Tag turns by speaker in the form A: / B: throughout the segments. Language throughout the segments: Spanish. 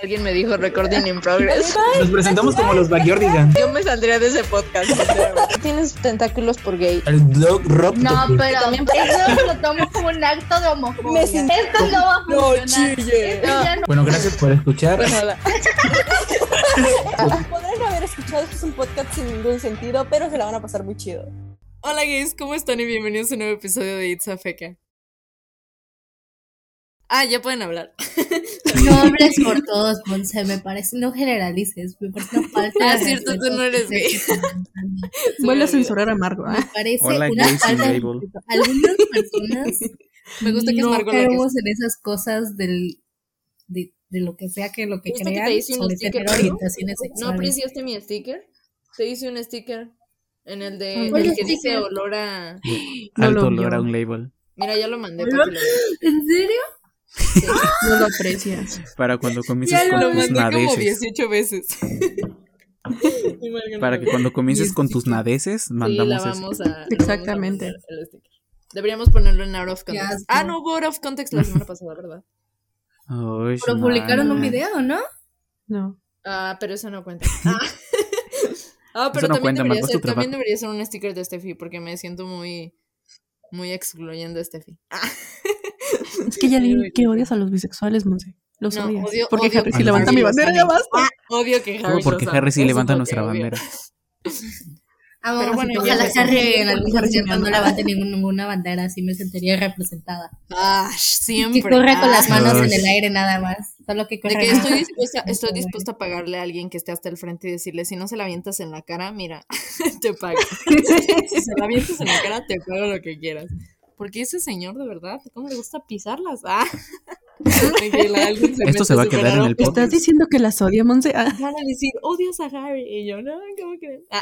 A: Alguien me dijo recording in progress.
B: Nos presentamos como los Backyardigans.
A: Yo me saldría de ese podcast. sinceramente.
C: Tienes tentáculos por gay.
B: El blog rock.
D: No,
B: Doctor.
D: pero
C: También-
D: eso lo tomo como un acto de homofobia.
C: Me siento-
D: Esto no va a funcionar. Esto ya no-
B: Bueno, gracias por escuchar.
A: Ojalá.
C: Podrán haber escuchado que es un podcast sin ningún sentido, pero se la van a pasar muy chido.
E: Hola gays, ¿cómo están? Y bienvenidos a un nuevo episodio de It's a Feca. Ah, ya pueden hablar.
F: No hables por todos, Monse, me parece, no generalices, me parece una falta de
E: Ah, cierto, tú
F: respeto
E: no eres
F: que
E: gay.
F: estés comentando.
E: Vuelve
G: Vuelve a censurar a Margo. ¿eh?
F: Me parece
H: Hola,
F: una
H: gays
F: falta de
H: invisible.
F: respeto. Algunas personas
E: Me gusta que es
F: no
E: Margot López.
F: caemos en esas cosas del, de, de lo que sea que lo que
A: ¿Viste que
F: crean
A: te hice un
F: sobre
A: sticker,
F: tener
A: no?
F: orientaciones
A: ¿No
F: sexuales.
A: apreciaste este mi sticker? Te hice un sticker en el de
F: ¿Cuál
A: el que dice
F: sticker?
A: olor a.
G: No lo
H: Alto
G: vio.
H: olor a un label.
A: Mira, ya lo mandé.
F: Olor.
A: para que lo veas.
F: ¿En serio?
G: No lo aprecias.
H: Para cuando
E: Ya
H: comiences con
E: lo
H: tus
E: mandé como
H: nadeces.
E: 18 veces. Y Margot
H: Para que cuando comiences con tus
E: 18.
H: nadeces,
A: Sí, la
H: mandamos eso.
A: vamos a. la vamos a
G: Exactamente.
A: poner el sticker. Deberíamos ponerlo en Out of
F: Qué
A: Context.
F: asco.
A: Ah, no hubo Out of Context la semana pasada, ¿verdad?
H: Ay,
F: Pero
H: Shana.
F: publicaron un video, ¿no?
G: No.
A: Ah, pero eso no cuenta. Ah, Ah, pero
H: Eso no
A: también,
H: cuenta,
A: debería
H: Marcos,
A: ser,
H: tu
A: también
H: trabajo.
A: debería ser un sticker de Steffi porque me siento muy, muy excluyendo a Steffi. Ah,
G: Es que ya di que odias a los bisexuales, Monse. Los
A: No,
G: odias.
A: odio-
G: Porque
A: odio
G: Harry
H: a
G: sí levanta
H: los
G: mi bandera, ya basta.
A: odio que
H: Todo
A: Harry.
H: porque
A: lo sabe.
H: Harry sí
A: Eso
H: levanta
A: porque
H: nuestra
A: obvio.
H: bandera.
F: Vamos,
A: Pero bueno,
F: ojalá
A: ya-
F: Harry en algún
G: Harry
F: concierto no
G: Simón.
F: levante ningún- ninguna bandera, así me sentiría representada.
A: Ah,
F: Que
A: siempre.
F: corra con las
A: Ah,
F: manos en
H: Ay.
F: el aire nada más. Solo que
A: De
F: corra.
A: que estoy dispuesta, estoy dispuesta a pagarle a alguien que esté hasta el frente y decirle, si no se la avientas en la cara, mira, te pago. si se la avientas en la cara, te pago lo que quieras. Porque ese señor, de verdad, ¿cómo le gusta pisarlas? Ah. De que la- alguien
H: Esto
A: mete
H: se va a
A: su
H: quedar en el
A: cara,
H: podcast.
G: Estás diciendo que las odia, Monse. Ah,
A: Van a decir, odias a Harry. Y yo, no, ¿cómo crees? Ah,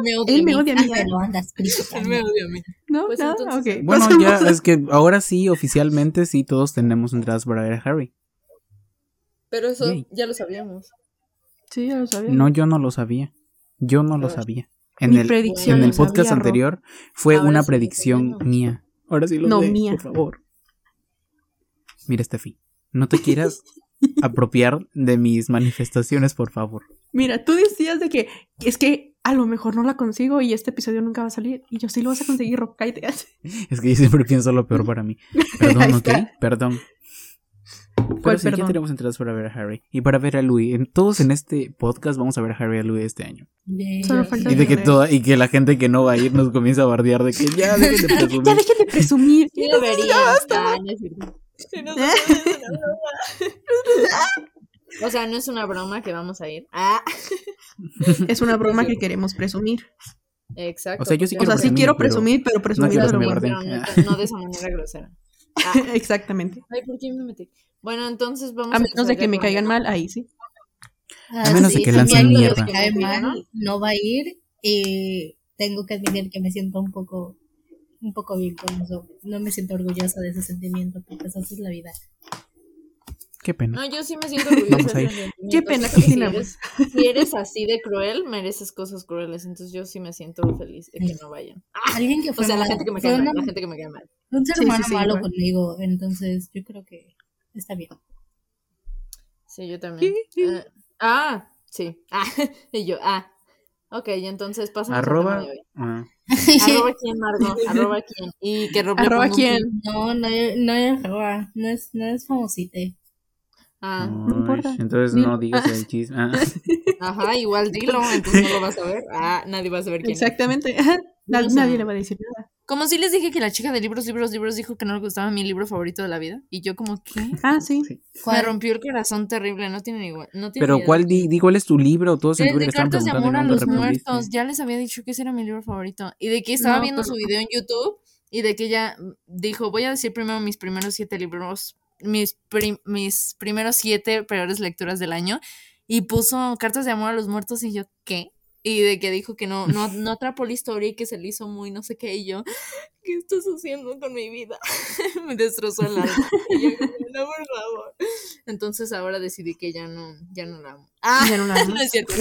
F: me
G: él me odia a mí.
F: Ah, pero andas
A: él
F: criticando.
A: me odia a mí.
G: No,
A: Pues
G: no,
A: entonces-
G: ok.
H: Bueno,
G: Pasemos
H: ya
G: a-
H: es que ahora sí, oficialmente, sí, todos tenemos entradas para ver a Harry.
A: Pero eso
H: Yay.
A: ya lo sabíamos.
G: Sí, ya lo sabía.
H: No, yo no lo sabía. Yo no lo sabía. En
G: Mi
H: el,
G: predicción
H: en el
G: lo
H: podcast
G: sabía, Ro.
H: anterior fue
A: Ahora
H: una
A: sí,
H: predicción
A: bueno.
H: mía. Ahora sí lo
G: No,
H: sé,
G: mía.
H: por favor. Mira, Steffi, no te quieras apropiar de mis manifestaciones, por favor.
G: Mira, tú decías de que es que a lo mejor no la consigo y este episodio nunca va a salir. Y yo sí lo vas a conseguir, Rob. Cállate.
H: Es que yo siempre pienso lo peor para mí. Perdón,
G: Ahí
H: ¿ok?
G: está.
H: Perdón. Pero
G: ¿Cuál
H: sí, ya
G: perdón?
H: tenemos entradas para ver a Harry y para ver a Louis. En, todos en este podcast vamos a ver a Harry y a Louis este año.
F: Bien.
G: Solo falta
H: Y de que
G: Louis.
H: toda, y que la gente que no va a ir nos comienza a bardear de que ya dejen de presumir.
G: Ya dejen de presumir.
A: Ah, O sea, no es una broma que vamos a ir. Ah,
G: Es una broma que queremos presumir.
A: exacto.
H: O sea, yo sí
G: O sea, sí
H: presumir,
G: quiero
H: pero-
G: presumir, pero presumir
H: quiero
G: de
H: que
G: lo
H: me
G: bueno.
H: guarden. Ah.
A: Pero no, no de esa manera grosera. Ah,
G: Exactamente.
A: ay, ¿por qué me metí? Bueno, entonces vamos
G: A menos de
A: empezar
G: que me
A: con-
G: caigan mal, ahí sí.
F: Ah,
H: A menos de que lancen
F: también
H: mierda.
F: me cae mal, no va a ir y tengo que admitir que me siento un poco un poco bien con eso. No me siento orgullosa de ese sentimiento porque esa es la vida.
H: Qué pena.
A: No, yo sí me siento orgullosa.
H: Vamos a
A: de
H: ir.
A: mis sentimientos.
G: Qué pena,
A: Creo que si
G: continuamos.
A: eres- Si eres así de cruel, mereces cosas crueles. Entonces yo sí me siento feliz de que no vayan.
F: Alguien que
A: O
F: fue
A: sea, la
F: malo,
A: gente que me
F: fue
A: cae mal,
F: una-
A: la gente que me cae mal.
F: un ser
G: Sí, sí,
F: humano
G: sí,
F: malo
G: igual.
F: conmigo, entonces yo creo que está bien.
A: Sí, yo también. Eh, ah, sí. Ah, y yo, ah. Ok, y entonces pasamos al
H: Arroba.
A: tema de hoy.
H: ah,
A: Arroba quién, Margo. Arroba quién. Y que Rob le
G: Arroba
A: ponga un
G: quién.
F: no, no, no es roba, no es, no es famosite.
A: Ah,
H: ay,
G: importa.
H: Entonces
G: Ni-
H: no digas el chisme. Ah,
A: ajá, igual dilo, entonces no lo vas a ver. Ah, nadie va a saber quién. es.
G: Exactamente. Ajá. Nad-
A: No sé.
G: Nadie le va a decir nada.
A: Como si les dije que la chica de libros, libros, libros dijo que no le gustaba mi libro favorito de la vida. Y yo como, ¿qué?
G: Ah, sí.
A: Me
F: ¿Cuál?
A: rompió el corazón terrible, no tiene igual. No tiene
H: Pero
A: idea.
H: ¿cuál, di, di cuál es tu libro? Todos en
A: El
H: Twitter
A: de
H: están
A: cartas de
H: preguntando
A: amor
H: y
A: a
H: no lo
A: los
H: respondiste.
A: muertos. Ya les había dicho que ese era mi libro favorito. Y de que estaba
G: No,
A: viendo
G: pero-
A: su video en YouTube y de que ella dijo, voy a decir primero mis primeros siete libros, mis, prim- mis primeros siete peores lecturas del año. Y puso cartas de amor a los muertos y yo, ¿qué? Y de que dijo que no, no, no atrapó la historia y que se le hizo muy no sé qué. Y yo, ¿qué estás haciendo con mi vida? Me destrozó el alma. Y yo, como, no, por favor. Entonces ahora decidí que ya no, ya no la amo. Ah,
G: Ya no la amo.
A: no es cierto.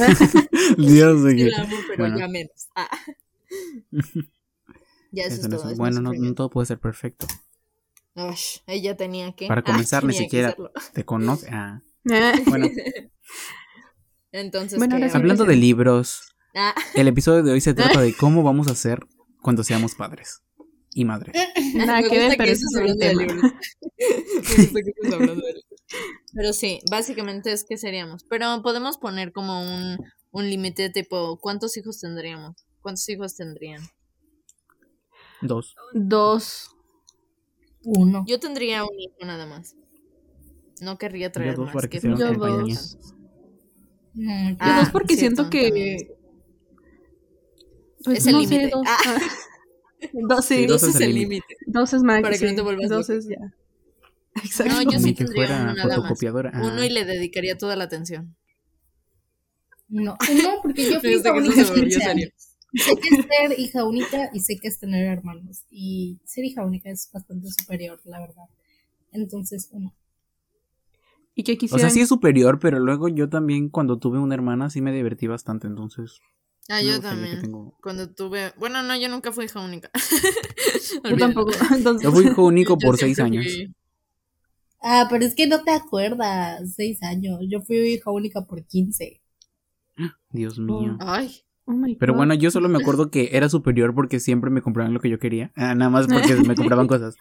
H: Dios de
A: Sí
H: que-
A: la amo, pero
H: bueno.
A: ya menos. Ah. ya eso,
H: Eso
A: es
H: no
A: todo.
H: es-
A: es mi
H: bueno, no, no
A: sufrimiento.
H: todo puede ser perfecto.
A: Ay, ella tenía que.
H: Para
A: Ah,
H: comenzar, ni
A: tenía que
H: siquiera
A: hacerlo.
H: te conoce. Ah, Bueno,
A: Entonces,
G: Bueno,
A: ¿qué?
G: ahora sí.
H: hablando de libros,
A: Ah.
H: el episodio de hoy se trata de cómo vamos a hacer cuando seamos padres y madres.
G: Nada
A: me
G: que ver,
A: gusta
G: pero
A: que
G: ese
A: estés
G: es el
A: hablando de
G: tema.
A: libros. Me gusta que estés hablando de libros. Pero sí, básicamente es que seríamos. Pero podemos poner como un, un límite tipo, ¿cuántos hijos tendríamos? ¿Cuántos hijos tendrían?
H: Dos.
G: Dos.
F: Uno.
A: Yo tendría un hijo nada más. No querría traer
H: dos
A: más.
H: para que
A: es
H: sea
A: lo
G: Yo
A: me
G: dos.
A: dijeron.
F: No, yo-
A: Ah,
G: dos porque
A: cierto,
G: siento que.
A: también.
G: Pues
A: Es el
G: no sé,
A: límite.
G: dos.
A: Ah.
G: Dos, sí,
H: Sí, dos
G: dos,
A: Ese es el
H: límite.
A: límite.
G: es más.
A: Para que no te vuelvas
G: Dos es ya. Exacto.
A: No, yo sí
H: Ni que
A: tendría
H: fuera
A: uno nada más.
H: fotocopiadora. Ah,
A: Uno y le dedicaría toda la atención.
F: no, no, porque yo fui
A: Desde
F: hija
A: que eso
F: única
A: se
F: a
A: volvió
F: 15
A: serio.
F: años. Sé que es ser hija única y sé que es tener hermanos. Y ser hija única es bastante superior, la verdad. Entonces, uno.
G: Y que
H: O
G: quisieran.
H: sea, sí es superior, pero luego yo también cuando tuve una hermana sí me divertí bastante, entonces.
A: Ah,
H: me
A: yo
H: gustaría que
A: también.
H: tengo-
A: Cuando tuve. Bueno, no, yo nunca fui hija única.
G: yo tampoco. Entonces,
H: Yo fui hijo único
A: Yo
H: por seis
A: siempre
H: años.
A: fui-
F: Ah, pero es que no te acuerdas. Seis años. Yo fui hija única por 15.
H: Dios mío.
A: Ay,
G: oh my
H: Pero
G: God.
H: bueno, yo solo me acuerdo que era superior porque siempre me compraban lo que yo quería. Ah, nada más porque me compraban cosas.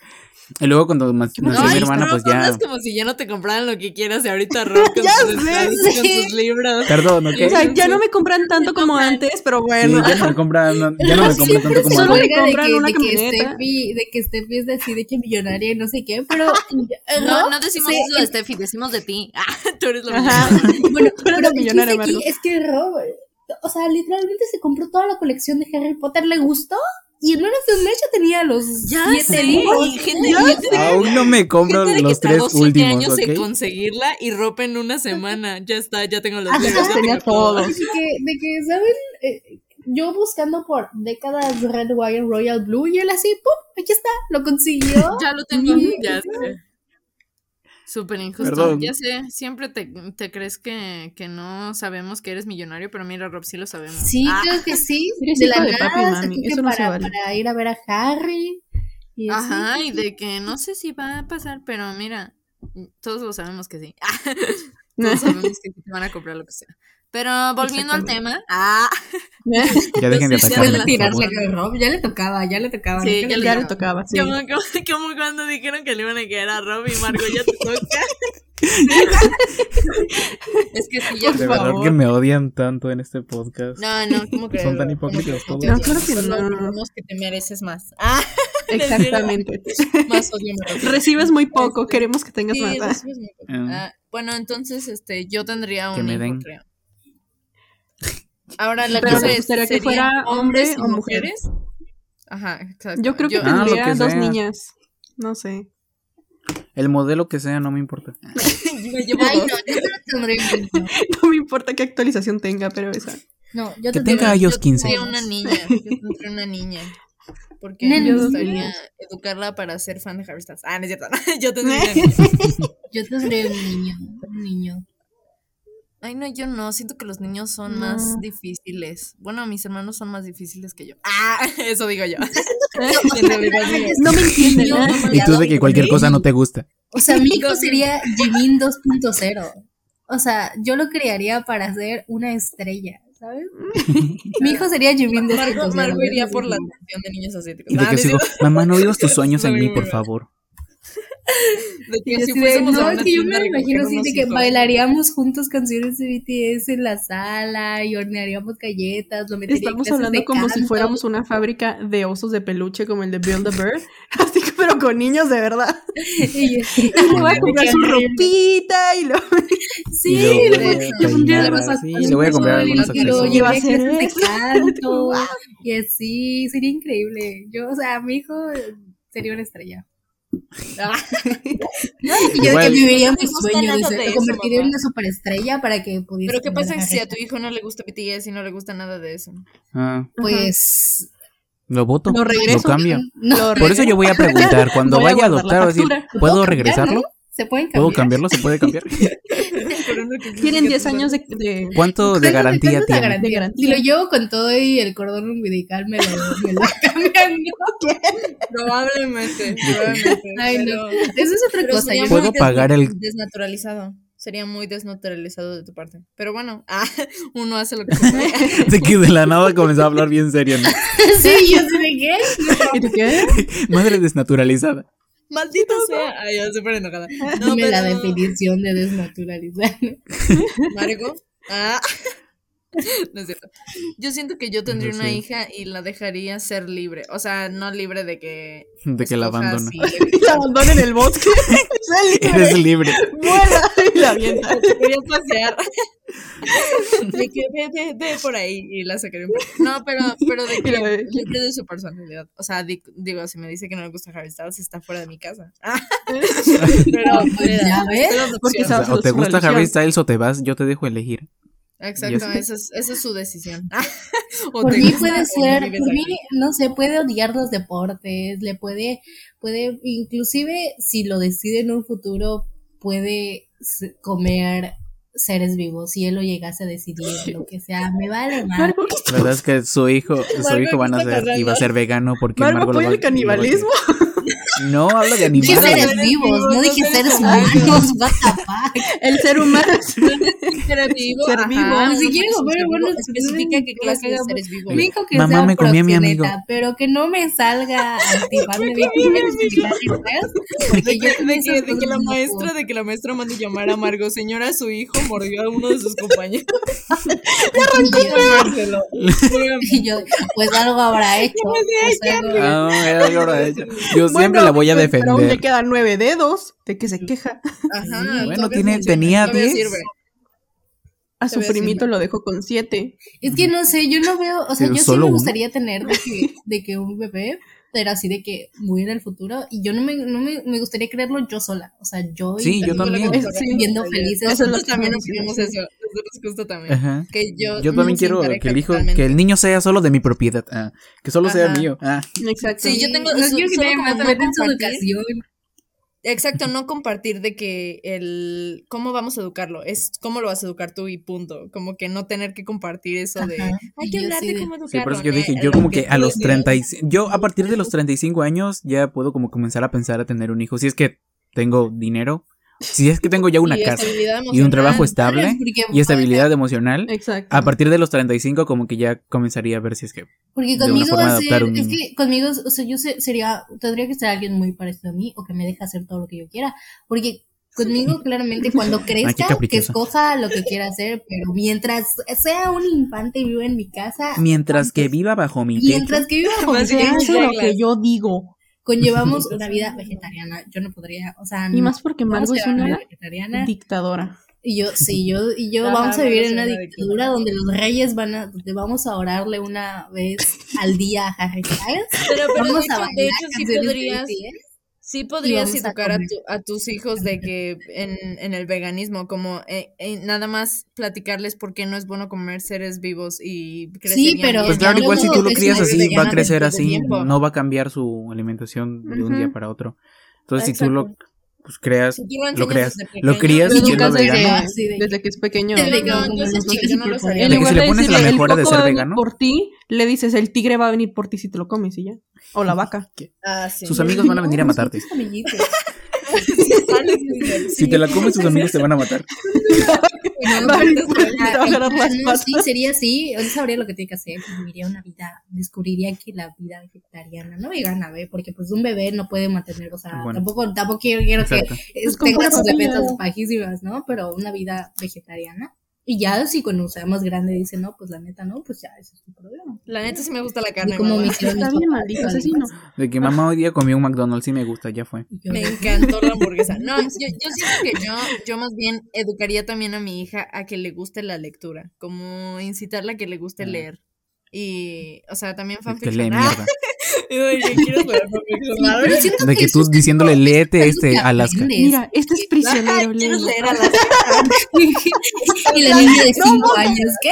H: Y luego cuando ma- nació mi
A: Ay,
H: hermana,
A: Rob,
H: pues
A: no
H: ya.
A: es como si ya no te compraran lo que quieras y ahorita Rob con, sus,
G: sé,
A: con
F: sí.
A: sus libros.
H: Perdón, ¿ok?
G: O sea, ya no me compran tanto como antes, pero
H: Sí,
G: bueno.
H: ya no me compran, no- ya no me compran tanto como
G: Solo
H: antes.
G: me
F: de
G: compran
F: que,
G: una
F: de que
G: camioneta.
F: Steffi, de que Steffi es así, de que millonaria y no sé qué, pero.
G: Eh,
A: No, no decimos
F: Sí,
A: eso de Steffi, decimos de ti. Ah, tú eres lo mismo.
G: Ajá.
F: Bueno, pero
G: una
F: el chiste
G: millonaria,
F: aquí
G: Marlo.
F: es que Robert, o sea, literalmente se compró toda la colección de Harry Potter, le gustó y en menos de un mes ya tenía los
A: Ya
F: siete
A: sé,
F: libros.
A: y gente, gente de-
H: Aún no me compro
A: gente de que
H: los tres
A: tardó siete
H: últimos,
A: años en
H: ¿ok?
A: conseguirla y ropa en una semana. Ya está, ya tengo los
G: Ah,
A: libros.
G: los
A: ya
G: tenía
A: tengo todo.
G: todos.
F: De que, de que, ¿saben? Eh, yo buscando por décadas Red Wire Royal Blue y él así, ¡pum! Aquí está, lo consiguió.
A: Ya lo tengo,
F: Sí,
A: ya sé. Súper injusto.
H: Perdón.
A: Ya sé, siempre te, te crees que, que no sabemos que eres millonario, pero mira, Rob, sí lo sabemos.
F: Sí,
A: Ah,
F: creo que sí.
G: Eres
F: De
G: hijo
F: la
G: de papi y
F: nada,
G: mami,
F: sacó que
G: eso no se
F: para,
G: vale.
F: para ir a ver a Harry. Y así.
A: Ajá, y de que no sé si va a pasar, pero mira, todos lo sabemos que sí. todos sabemos que sí te van a comprar lo que sea. Pero volviendo al
G: Exactamente.
A: tema, ah,
H: Ya dejen de
A: Sí, ya
H: atacarme,
A: de
H: por
A: tirarle
H: favor.
F: Pero Rob, ya le tocaba, ya le tocaba.
A: Sí,
F: ¿no?
A: ya le
G: Ya le tocaba, sí.
A: como, como- como cuando dijeron que le iban a quedar a Rob y Margo, ya te toca. es que sí, ya
H: De verdad que me odian tanto en este podcast.
A: No, no, ¿cómo que?
H: Son tan hipócritas todos.
G: No, claro que no.
A: que te mereces más. Ah,
G: Exactamente.
A: más odio me lo-
G: Recibes muy poco,
F: Este,
G: queremos que tengas
A: Sí,
G: más.
F: pues,
G: Ah,
A: recibes muy poco.
H: Ah.
A: Ah, bueno, entonces este, yo tendría un
H: Que me
A: hijo,
H: den.
A: creo. Ahora la
G: Pero
A: cosa
G: me
A: es,
G: gustaría que
A: ¿serían
G: fuera hombre
A: hombres y
G: o mujer.
A: mujeres? Ajá, exacto.
G: Yo creo que
H: Ah, lo
G: tendría
H: que
G: dos
H: sea.
G: niñas. No sé.
H: El modelo que sea, no me importa.
A: me llevo
F: Ay, no,
A: dos.
F: yo solo tendré un niño.
G: No me importa qué actualización tenga, pero esa.
F: No, yo
H: Que
F: tendré
H: tenga
F: un-
H: ellos
A: Yo
H: 15.
A: tendría una niña, yo tendría una niña. Porque
F: Una
A: me
F: niña.
A: gustaría educarla para ser fan de Harry Styles. Ah, no es cierto. Yo tendría una niña.
F: Yo tendré un niño, un niño.
A: Ay, no, yo no. Siento que los niños son
G: No.
A: más difíciles. Bueno, mis hermanos son más difíciles que yo. Ah, eso digo yo. En realidad digo-
G: No me entienden. ¿eh?
H: Y tú de que cualquier cosa no te gusta.
F: O sea, mi hijo sería Jimin 2.0. O sea, yo lo crearía para ser una estrella, ¿sabes? Mi hijo sería Jimin 2.0.
A: Margo, Margo iría
F: yo
A: por la
F: creo que
A: atención de niños asiáticos.
H: Y de
A: Ah,
H: que
A: no es
H: sigo,
A: cierto.
H: mamá, no vivas tus sueños en
A: Soy
H: mí,
A: muy
H: por
A: buena.
H: favor.
A: De que
F: sí.
A: si
F: Así de,
A: fuésemos a
F: no,
A: una
F: es que yo me
A: tienda
F: lo
A: y
F: imagino así
A: compráramos
F: de que
A: un
F: bailaríamos juntos canciones de BTS en la sala y hornearíamos galletas, lo metería en
G: Estamos
F: clases
G: hablando
F: de
G: como si
F: canto.
G: fuéramos una fábrica de osos de peluche, como el de Build a Bear. Así que, pero con niños de verdad.
F: Y- y-
G: Y le voy a comprar su ropita y lo.
F: Sí,
H: Y luego
F: le voy-
H: voy a
F: le pondría
H: peinar,
F: los
H: sí,
F: zapatos
H: le voy a comprar
F: y
H: algunos
F: lo
H: accesorios.
F: llevaría
G: Iba a ser
F: clases de
G: eso.
F: canto, y así, sería increíble. Yo, o sea, mi hijo eh, sería una estrella. Y yo de que
H: Igual.
F: viviría mi
A: gusta
F: sueño de
A: nada
F: ser,
A: de
F: lo
A: eso,
F: convertiría en
A: mamá.
F: una superestrella para que pudiese.
A: Pero ¿qué
F: tener
A: pasa
F: a
A: si a
F: Harry.
A: tu hijo no le gusta BTS y no le gusta nada de eso?
H: Ah,
F: Pues.
H: lo voto.
G: Lo regreso.
H: Lo cambio.
F: No,
H: Por eso yo voy a preguntar, cuando
G: Voy a
H: vaya a
G: guardar la
H: adoptar, voy a decir,
G: factura.
H: ¿puedo
F: cambiar,
H: regresarlo?
F: no? se pueden cambiar.
H: ¿Puedo cambiarlo? ¿Se puede cambiar?
G: Tienen 10 años de, de-
H: ¿Cuánto
F: ¿Cuánto-
H: de garantía
F: cuánto es la
H: tiene?
F: garantía?
G: de
F: Si
G: garantía.
F: lo llevo con todo y el cordón umbilical me lo, me lo cambian.
A: Probablemente,
F: Ay, no. Eso es otra
A: Pero pues
F: cosa.
A: sería
F: yo
A: muy
H: ¿Puedo pagar el
A: Desnaturalizado. Sería muy desnaturalizado de tu parte. Pero bueno, ah, uno hace lo que puede.
H: De que de la nada comenzó a hablar bien serio, ¿no?
F: Sí, yo sé de qué.
G: ¿Y tú qué?
H: Madre desnaturalizada.
A: Maldito sea. Ay, yo súper enojada. No,
F: Dime la
A: pero-
F: definición de desnaturalizar.
A: Margo. Ah. No es cierto. Yo siento que yo tendría una
H: sí.
A: hija y la dejaría ser libre. O sea, no libre de que.
H: De que la
A: escoja
H: abandona.
A: si-
G: La abandona en el bosque.
H: Eres libre.
G: Vuela y la avienta.
A: Quería pasear. De que ve, ve, ve por ahí y la sacaría un poco. No, pero, pero de que
G: Y la bebé.
A: libre de su personalidad. O sea, di- digo, si me dice que no le gusta Harry Styles, está fuera de mi casa. pero,
F: Pues ya ves.
A: pero es
G: Porque
H: O,
A: opción.
H: sea,
G: Esa
H: o
G: es
H: te
G: su
H: gusta
G: religión.
H: Harry Styles o te vas, yo te dejo elegir.
A: Exacto,
H: Yo-
A: esa es, esa es su decisión. O
F: Ah, Por
A: te
F: mí
A: gusta o
F: puede
A: no
F: ser,
A: vives
F: por mí,
A: aquí.
F: no sé, puede odiar los deportes, le puede, puede, inclusive si lo decide en un futuro, puede s- comer seres vivos, si él lo llegase a decidir, lo que sea, me vale más.
G: Margo,
H: La verdad es que su hijo, su
A: Margo
H: hijo van a
A: está
H: ser, iba a ser vegano porque
G: Margo
H: Margo lo
G: apoya
H: va-
G: el canibalismo.
H: lo va a- No, habla de
F: Dije
H: animales.
F: seres vivos, no dije seres humanos, what the fuck.
G: El ser humano.
A: ser vivo.
G: Ser
A: ajá,
G: vivo.
A: uno
F: Si
A: que
F: quiere
A: es un
F: comer
A: ser
F: humanos,
A: vivo, especifica qué
F: no
A: clase de
F: haga-
A: seres vivos.
F: Dijo que
H: Mamá,
F: sea
H: me comí a mi amigo.
F: proxeneta, Pero que no me salga activarme de que me
A: De
F: porque yo
A: que,
F: con
A: de que-
F: esas
A: de que
F: cosas
A: la
F: no
A: maestra, de que la maestra mande llamar a Margo, señora, su hijo mordió a uno de sus compañeros.
F: puedo.
A: Dárselo.
F: Y yo, pues algo habrá hecho. pues algo-
H: Ah, era yo ahora ella. Yo siempre
G: Bueno,
H: la voy a
G: pues, Pero aún le
H: defender.
G: quedan nueve dedos de que se queja.
A: Ajá,
H: Bueno,
A: todavía
H: tiene,
A: funciona,
H: tenía
A: todavía
H: 10.
A: sirve.
G: A
A: Te
G: su
A: voy a decir,
G: primito lo dejó con siete.
F: Es que no sé, yo no veo, o sea,
H: Pero
F: yo sí
H: solo
F: me
H: uno.
F: gustaría tener de que, de que un bebé, pero así de que muy en el futuro, y yo no me, no me, me gustaría creerlo yo sola, o sea, yo y-
H: Sí, yo
A: Tengo la
H: también.
A: computadora
G: Sí.
F: viendo
A: ayer.
F: felices.
A: Nosotros
F: a-
A: también opinamos eso. Nosotros justo también.
H: Ajá.
A: Que yo,
H: Yo también
A: nos
H: quiero
A: empareja
H: que el hijo,
A: totalmente.
H: que el niño sea solo de mi propiedad. Ah, que solo sea
A: Ajá.
H: mío. Ah,
G: Exacto.
A: Sí, yo tengo.
F: No
A: so-
F: quiero que
A: solo
F: nadie
A: como
F: más se
A: no
F: meta en su
A: compartir.
F: educación.
A: Exacto, no compartir de que el cómo vamos a educarlo, es cómo lo vas a educar tú y punto, como que no tener que compartir eso de
F: Ajá.
A: hay
F: Y
A: que
F: yo
A: hablar
F: así
A: de
F: de-
A: cómo educarlo.
H: sí, por eso yo
A: ¿no?
H: dije,
A: Eh,
H: yo
A: lo
H: como
A: que
H: que a
A: tú
H: los
A: decidas.
H: 30, y- yo a partir de los 35 años ya puedo como comenzar a pensar a tener un hijo, si es que tengo dinero, si es que tengo ya una
A: Y
H: casa
A: estabilidad
H: y un trabajo
A: emocional.
F: Claro,
H: estable
F: porque-
H: y estabilidad emocional,
G: Exacto.
H: a partir de los 35 como que ya comenzaría a ver si es que
F: Porque
H: de una
F: conmigo
H: forma
F: va a
H: de adoptar
F: ser,
H: un
F: es
H: niño.
F: que conmigo, o sea, yo se- sería, tendría que ser alguien muy parecido a mí o que me deje hacer todo lo que yo quiera. Porque conmigo, claramente, cuando crezca, que
H: caprichosa.
F: escoja lo que quiera hacer, pero mientras sea un infante y viva en mi casa,
H: mientras que viva bajo mi techo,
F: mientras que viva con
A: Más bien,
F: Dios,
G: Eso es lo que yo digo.
F: conllevamos una vida vegetariana. Yo no podría, o sea,
G: Y más porque
F: Mm. vamos
G: Margo
F: a
G: es
F: llevar una
G: una
F: vida vegetariana.
G: dictadora.
F: Y yo, sí, yo y yo
A: Ajá,
F: vamos a
A: vamos
F: vivir
A: a
F: en una
A: una
F: dictadura donde los reyes van a, donde vamos a orarle una vez al día a Harry Styles.
A: Pero, pero de
F: Vamos a
A: hecho,
F: bailar
A: de hecho sí
F: canciones ¿eh?
A: podrías,
F: de BTS.
A: sí podrías
F: vamos a
A: educar a,
F: comer.
A: tu- a tus hijos de que en, en el veganismo, como eh, eh, nada más platicarles por qué no es bueno comer seres vivos y crecer.
F: pero-
H: Pues
F: Ya
H: claro, igual si
F: luego
H: tú lo
F: es
H: crías
F: una
H: así,
F: vegana
H: va a
F: después
H: crecer
A: de
H: así,
A: tiempo.
H: no va a cambiar su alimentación de un día
G: Ujú.
H: para otro. Entonces, si tú lo pues creas, lo creas,
A: Lo
H: lo crías
G: Lo
H: siendo
G: educas
H: vegano.
G: desde,
F: Sí, de-
G: desde que es pequeño.
F: Sí, de-
A: No, no,
F: como
A: yo
F: los
A: sí,
F: chicos
A: yo no lo
F: superpoderes.
A: sabía.
G: En
H: de que
G: lugar
H: si le
G: de
H: pones la
G: decirle,
H: mejora de
G: "El coco
H: ser
G: va a venir
H: vegano".
G: Por ti, le dices, el tigre va a venir por ti si te lo comes y ya. O la vaca.
A: Ah, sí.
H: Sus amigos van a venir a matarte. Si te la comes, tus amigos te van a matar.
G: Va a venir por ti, te va a agarrar las
F: no,
G: patas.
F: sí, sería así. Él sabría lo que tiene que hacer. y Viviría una vida, descubriría que la vida vegetariana no vegana, ¿ve? Porque pues un bebé no puede mantener, o sea,
H: Bueno.
F: tampoco, tampoco quiero, quiero que
H: Exacto.
F: eh,
G: Pues con
F: tenga
G: pura
F: sus
G: papilla.
F: defensas bajísimas, ¿no? Pero una vida vegetariana. Y ya si cuando sea más grande dice, no, pues la neta no, pues ya ese es tu problema.
A: La neta sí me gusta la
F: Y
A: carne.
F: como
A: mamá.
F: me hicieron
G: Está
F: mis
G: bien,
F: papás,
G: maldito
F: vale,
G: asesino.
F: más.
H: De que mamá hoy día comió un McDonald's y me gusta, ya fue.
F: Y yo,
A: Me encantó la hamburguesa. No, yo, yo siento que yo, yo más bien educaría también a mi hija a que le guste la lectura, como incitarla a que le guste
H: Ah.
A: leer. Y, o sea, también
H: De que
A: fanfiction.
H: lee
A: Ah,
H: mierda.
A: yo quiero leer fanfiction. A ver,
F: Pero siento
H: De que
F: eso
H: tú
F: es
H: diciéndole,
F: algo-
H: léete
F: algo
H: este
F: que
H: Alaska.
F: aprendes.
G: Mira, este es prisionero.
A: ¿Quieres
G: léelo.
A: leer a las
F: y la niña de 5 años, ¿qué?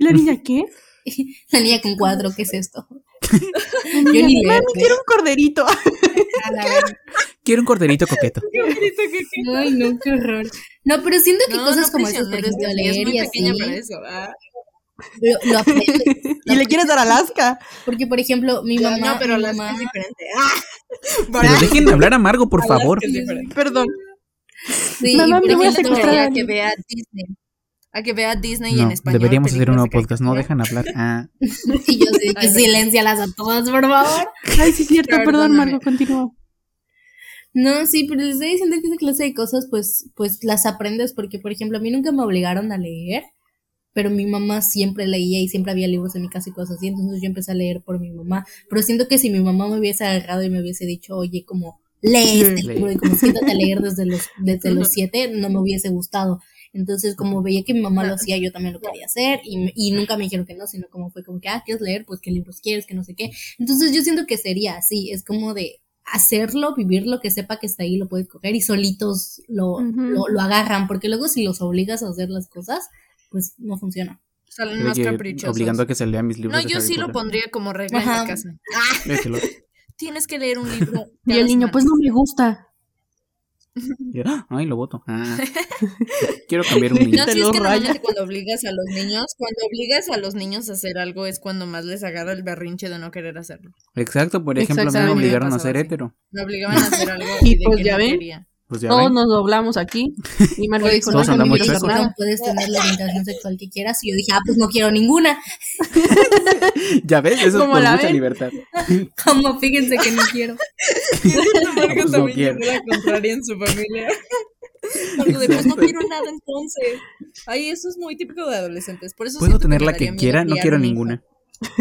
G: La niña, ¿qué?
F: La niña con cuatro, ¿qué es esto?
G: La niña,
F: ni
G: Mami,
F: leer,
G: quiero un corderito.
F: A la verga.
H: Quiero un corderito coqueto.
F: Ay, no, qué horror. No, pero siento que
A: No,
F: cosas
A: no
F: como esas, por
A: prisioneros,
F: ejemplo,
A: es que
F: leer
A: es muy
F: y
A: pequeña
F: así,
A: para eso. ah.
F: lo, lo aprendes.
G: y le quieres dar Alaska.
F: Porque, por ejemplo, mi mamá,
A: no, pero
F: mi
A: las
F: mamá-
A: es diferente. Ah,
H: Pero dejen de hablar a Margo, por
A: Alaska
H: favor.
A: es diferente.
G: Perdón.
A: Sí,
G: Mamá,
A: por
G: me voy a
A: ejemplo,
G: secuestrar a
A: a que
G: alguien.
A: vea Disney. A que vea Disney
H: No,
A: en español.
H: deberíamos hacer un nuevo
A: películas
H: podcast. No
A: caricatura.
H: dejan hablar. Ah,
F: Y yo sí, que silencialas a todas, por favor.
G: Ay, sí, es cierto, perdón,
A: Perdóname.
G: Marco, continúa.
F: No, sí, pero les estoy diciendo que esa clase de cosas, pues, pues las aprendes, porque, por ejemplo, a mí nunca me obligaron a leer, pero mi mamá siempre leía y siempre había libros en mi casa y cosas así, entonces yo empecé a leer por mi mamá. Pero siento que si mi mamá me hubiese agarrado y me hubiese dicho, oye, como, lee este
H: Lee.
F: libro y como siéntate a leer desde los, desde los siete, no me hubiese gustado. Entonces, como veía que mi mamá lo hacía, yo también lo quería hacer y, me- y nunca me dijeron que no, sino como fue como que, ah, ¿quieres leer? Pues qué libros quieres, que no sé qué. Entonces, yo siento que sería así, es como de hacerlo, vivirlo, que sepa que está ahí, lo puedes coger y solitos lo,
G: Ujú.
F: lo, lo agarran, porque luego si los obligas a hacer las cosas, pues no funciona.
A: Salen
H: creo
A: más
H: que
A: caprichosos.
H: Ah, obligando a que se lea mis libros.
A: no,
H: de
A: yo
H: Harry
A: sí lo
H: Potter.
A: pondría como regla en
F: Ajá.
A: mi casa.
H: Déjelo.
A: Tienes que leer un libro.
G: Y
A: cada
G: el niño,
A: semana.
G: pues no me gusta.
H: Y- ¡ah! Ay, lo voto. Ah. Quiero cambiar un niño.
A: No,
G: te
A: sí, es
G: lo
A: que
G: raya.
A: normalmente cuando obligas a los niños, cuando obligas a los niños a hacer algo es cuando más les agarra el berrinche de no querer hacerlo.
H: Exacto, por ejemplo, a mí
G: Exacto, a
H: me
G: mí me
H: obligaron a
A: pasaba
H: ser
A: así.
H: hétero.
A: Me obligaban a hacer algo
G: Y
A: y de
G: pues
A: que
G: ya
A: no
G: ven.
A: quería.
H: Pues ya
G: Todos
H: ven.
G: nos doblamos aquí. Y Marco dijo, no,
H: Todos
G: yo no
H: andamos
G: quiero hacer
H: chuecos.
G: nada.
F: Dijeron, puedes tener la orientación sexual que quieras, y yo dije, ah, pues no quiero ninguna.
H: Ya ves, eso es
G: ¿Cómo
H: por
G: la
H: mucha
G: ven?
H: libertad.
F: Como, fíjense que no quiero.
H: Marco Pues no también quiero.
A: la contraria en su familia.
H: Marco de, pues, no Exacto. quiero
A: nada entonces. Ay, eso es muy típico de adolescentes. Por eso
H: Puedo tener la que quiera, no quiero ninguna.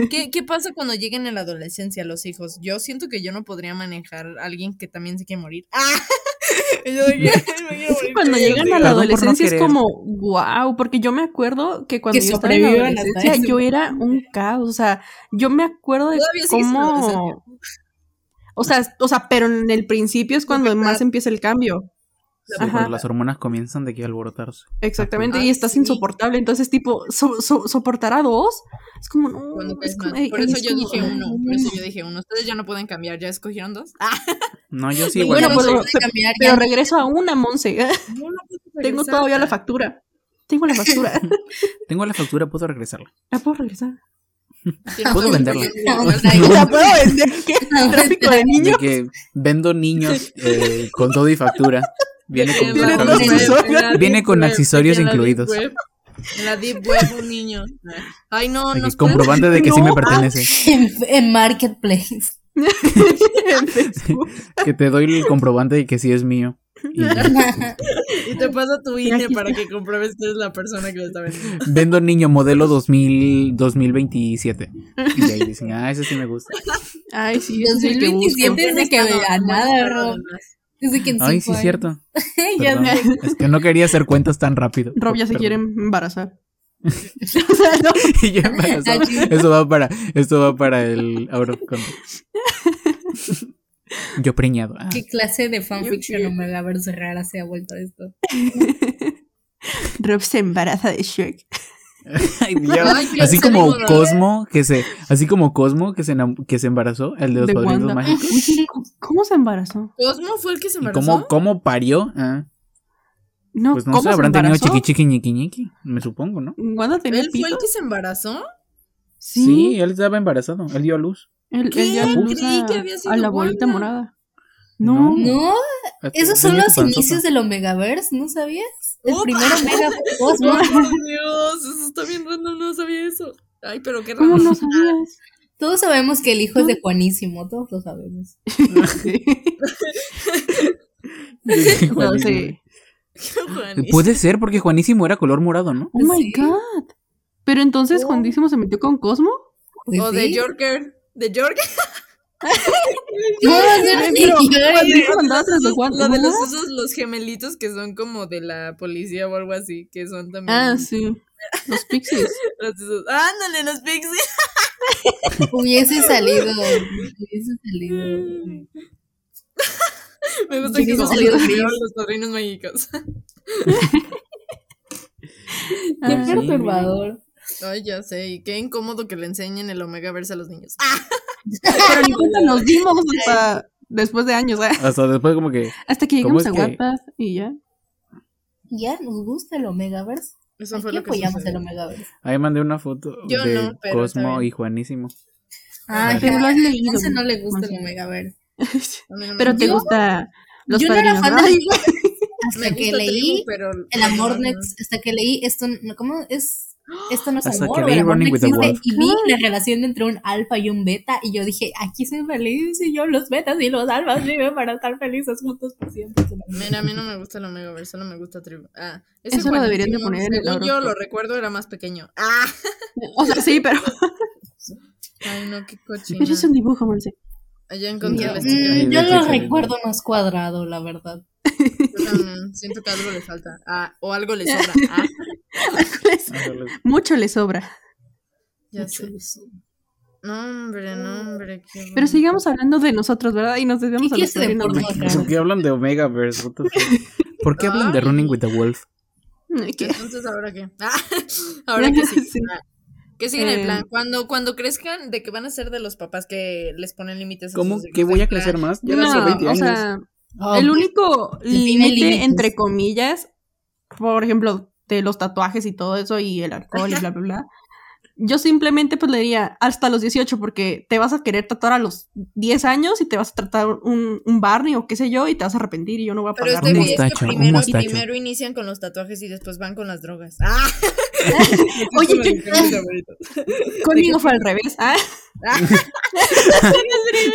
A: ¿Qué, ¿Qué pasa cuando lleguen en la adolescencia los hijos? Yo siento que yo no podría manejar a alguien que también se quiere morir. ¡Ah! Yo de que, me quiero
G: Es que
A: morir.
G: cuando llegan a la
H: Perdón por no
G: adolescencia es
H: querer.
G: como, wow, porque yo me acuerdo que cuando
F: Que
G: yo estaba en la
F: sobrevivan hasta
G: adolescencia
F: eso.
G: yo era un caos, o sea, yo me acuerdo de
A: Todavía sigues en la
G: cómo... O sea, o sea, pero en el principio es cuando más empieza el cambio.
H: Sí,
G: Ajá.
H: cuando las hormonas comienzan de que alborotarse.
G: Exactamente,
A: Ah,
G: y estás
A: sí.
G: insoportable. Entonces, tipo, so- so- soportar a dos es como, no,
A: Cuando caes
G: es como,
A: mal.
G: ay,
A: Por
G: ay,
A: eso
G: es
A: yo
G: como,
A: dije
G: ay,
A: uno. Por eso yo dije uno. Ustedes ya no pueden cambiar. ¿Ya escogieron dos? Ah,
H: No, yo sí,
F: Y
H: igual.
G: Bueno,
F: no se
G: pero-
F: puede cambiar,
G: Pero
F: ya.
G: regreso a una, Monse.
A: no, no puedo
G: Tengo
A: regresar.
G: todavía la factura. Tengo la factura.
A: pues
H: Tengo la factura, puedo regresarla.
G: ¿La puedo regresar?
A: Tienes razón,
H: puedo venderla.
A: porque-
G: ¿La puedo vender? ¿Qué? ¿Tráfico de
H: De
G: niños?
H: que vendo niños eh, con todo y factura. Viene con,
G: Tiene
H: con-
G: dos
H: con-
G: accesorios.
H: viene con accesorios
A: En la deep
H: incluidos.
A: web. En la deep web un niño. Ay, no,
H: De
A: no.
H: que comprobante de que sí me pertenece.
F: En, en Marketplace.
G: en Facebook.
H: Que te doy el comprobante de que sí es mío. Y
A: Y te pasa tu
G: Aquí
A: INE
G: está.
A: para que compruebes que eres la persona que lo está vendiendo.
H: vendo niño modelo 2000, 2027. Y ahí dicen, ah, eso sí me gusta.
G: Ay, sí, ese es el que busco.
F: 2027 es de que a nada, Rob. Es de que en
H: Ay,
F: cinco
H: sí, es
F: años.
H: cierto.
F: Ya
H: Perdón.
F: sé.
H: Es que no quería hacer cuentas tan rápido.
G: Rob ya se
H: Perdón.
G: quiere embarazar. O sea, no.
H: Y yo embarazada.
F: Ay, sí.
H: Eso va para, esto va para el out of context. Yo preñado. ah.
F: ¿Qué clase de fanfiction o malabares rara se ha vuelto esto?
G: Rob se embaraza de Shrek.
H: Ay, Dios.
A: Ay, qué
H: Así como
A: absurdo.
H: Cosmo que se, así como Cosmo que se enam- que se embarazó, el de los
G: De
H: padrinos
G: Wanda.
H: mágicos.
G: ¿Cómo se embarazó?
A: Cosmo fue el que se
H: ¿Y
A: embarazó.
H: cómo, cómo parió? Ah,
G: No,
H: pues no
G: ¿cómo
H: sé,
G: se
H: habrán tenido
G: embarazó?
H: chiqui chiqui ñiqui ñiqui, me supongo, ¿no?
G: ¿Wanda tenía
A: ¿Él fue
G: pito?
A: el que se embarazó?
G: Sí.
H: él estaba embarazado, él dio a luz.
G: Él,
A: ¿Qué?
G: él dio a luz
A: Creí
G: a,
A: que había sido
G: a la bolita
A: Wanda.
G: morada. No.
F: No, esos son
H: Tenía
F: los
H: su panzota.
F: inicios del Omegaverse, ¿no sabías? El
A: Opa.
F: primer Omega fue Cosmo.
A: ¡Oh, por Dios! Eso está bien random, no sabía eso. Ay, pero qué
G: ¿Cómo
A: raro.
G: no sabías?
F: Todos sabemos que el hijo es de Juanísimo, todos lo sabemos.
H: Sí,
G: no
H: Juanísimo.
G: sé.
A: Juanísimo.
H: Puede ser porque Juanísimo era color morado, ¿no?
G: Oh my
F: Sí.
G: god. Pero entonces Juanísimo se metió con Cosmo.
F: Pues
A: O de
F: sí.
A: Yorker. ¿De Yorker?
F: ¿Cómo va a ser de Yorker?
G: Juanísimo andaba tras de Juan.
A: Lo de los,
G: ¿Wanda?
A: esos, los gemelitos que son como de la policía o algo así, que son también.
G: Ah, sí. Los pixies.
A: los de esos- ¡Ándale, los pixies!
F: Hubiese salido, hubiese salido.
A: Me gusta que
F: Sí,
A: esos
F: sí,
A: se
F: sí.
A: llamaban los padrinos mágicos.
F: Qué
G: Ah, sí.
F: perturbador.
A: Ay, ya sé, y qué incómodo que le enseñen el omega verse a los niños. ¡Ah!
G: Pero ni cuenta nos dimos hasta después de años, ¿eh?
H: Hasta después como que
G: Hasta que
H: ¿Cómo
G: llegamos
H: es
G: a
H: que-
G: Wattpad y ya.
F: Ya nos gusta el Omegaverse.
A: Eso fue
F: Aquí
A: lo que
F: apoyamos
A: sucedió.
F: el Omegaverse.
H: ahí mandé una foto
A: Yo
H: de
A: no, pero está
H: Cosmo
A: bien.
H: y Juanísimo.
F: Ay,
H: Pero
F: pero
G: lo has leído.
F: a Monse no le gusta el
G: Monse.
F: Omegaverse.
A: A mí no me
G: Pero te
A: gusta.
G: gusta los
F: yo no era
G: padrinos.
F: fan
G: ¿no?
F: del- Hasta que leí el amor no ex- hasta que leí esto, no- ¿cómo es? Esto no es
H: Hasta
F: amor,
H: que
F: o
H: leí
F: el amor no
H: Running with the
F: existe.
H: Wolf.
F: Y vi la relación entre un alfa y un beta y yo dije, aquí soy feliz y yo los betas y los alfas viven para estar felices juntos por siempre.
A: Mira, a mí no me gusta el Omegaverse, solo me gusta Tribu. Ah,
G: Eso lo
A: cuando
G: deberían de
A: yo-
G: poner en el
A: Según
G: oro.
A: yo lo recuerdo, era más pequeño. ¡Ah!
G: O sea, sí, pero.
A: Ay, no, qué cochina.
G: Pero es un dibujo, Monse.
A: Ya encontré
F: Yo,
A: la
H: Pues Ay,
F: mm,
A: sticker.
F: yo
H: de
F: lo
H: hecho,
F: recuerdo más cuadrado, la verdad.
A: Yo también, mm, Siento que algo le falta. Ah, o algo le sobra. Ah,
G: Mucho le sobra.
A: ya sé. No, hombre, no, hombre. qué
G: Mm. Pero
A: bueno.
G: sigamos hablando de nosotros, ¿verdad? Y nos desviamos
F: ¿Qué
G: a los
F: es de porno
H: ¿Por
F: acá?
H: qué hablan de Omegaverse? What the fuck? ¿Por qué hablan de Running with the Wolf?
G: ¿Qué?
A: Entonces, ¿ahora qué? Ah, ¿Ahora qué sigue?
G: Sí.
A: Ah, ¿Qué sigue en el
G: Eh,
A: plan? Cuando, cuando crezcan, ¿de qué van a ser de los papás que les ponen límites? a
H: ¿Cómo
A: sus hijos?
H: que voy a
A: En plan,
H: crecer más? Ya
G: No,
H: hace 20
G: o
H: años.
G: sea,
F: Oh,
G: el único
F: Define
G: límite,
F: límites.
G: entre comillas, por ejemplo, de los tatuajes y todo eso y el alcohol y bla, bla, bla. Yo simplemente pues le diría hasta los 18 porque te vas a querer tatuar a los 10 años y te vas a tratar un, un Barney o qué sé yo y te vas a arrepentir y yo no voy a
A: Pero
G: pagar.
A: este
H: Un
A: güey es que
H: mostacho, un
A: primero,
H: mostacho.
A: primero inician con los tatuajes y después van con las drogas. ¡Ah!
G: Oye, yo, conmigo fue al revés. Ah,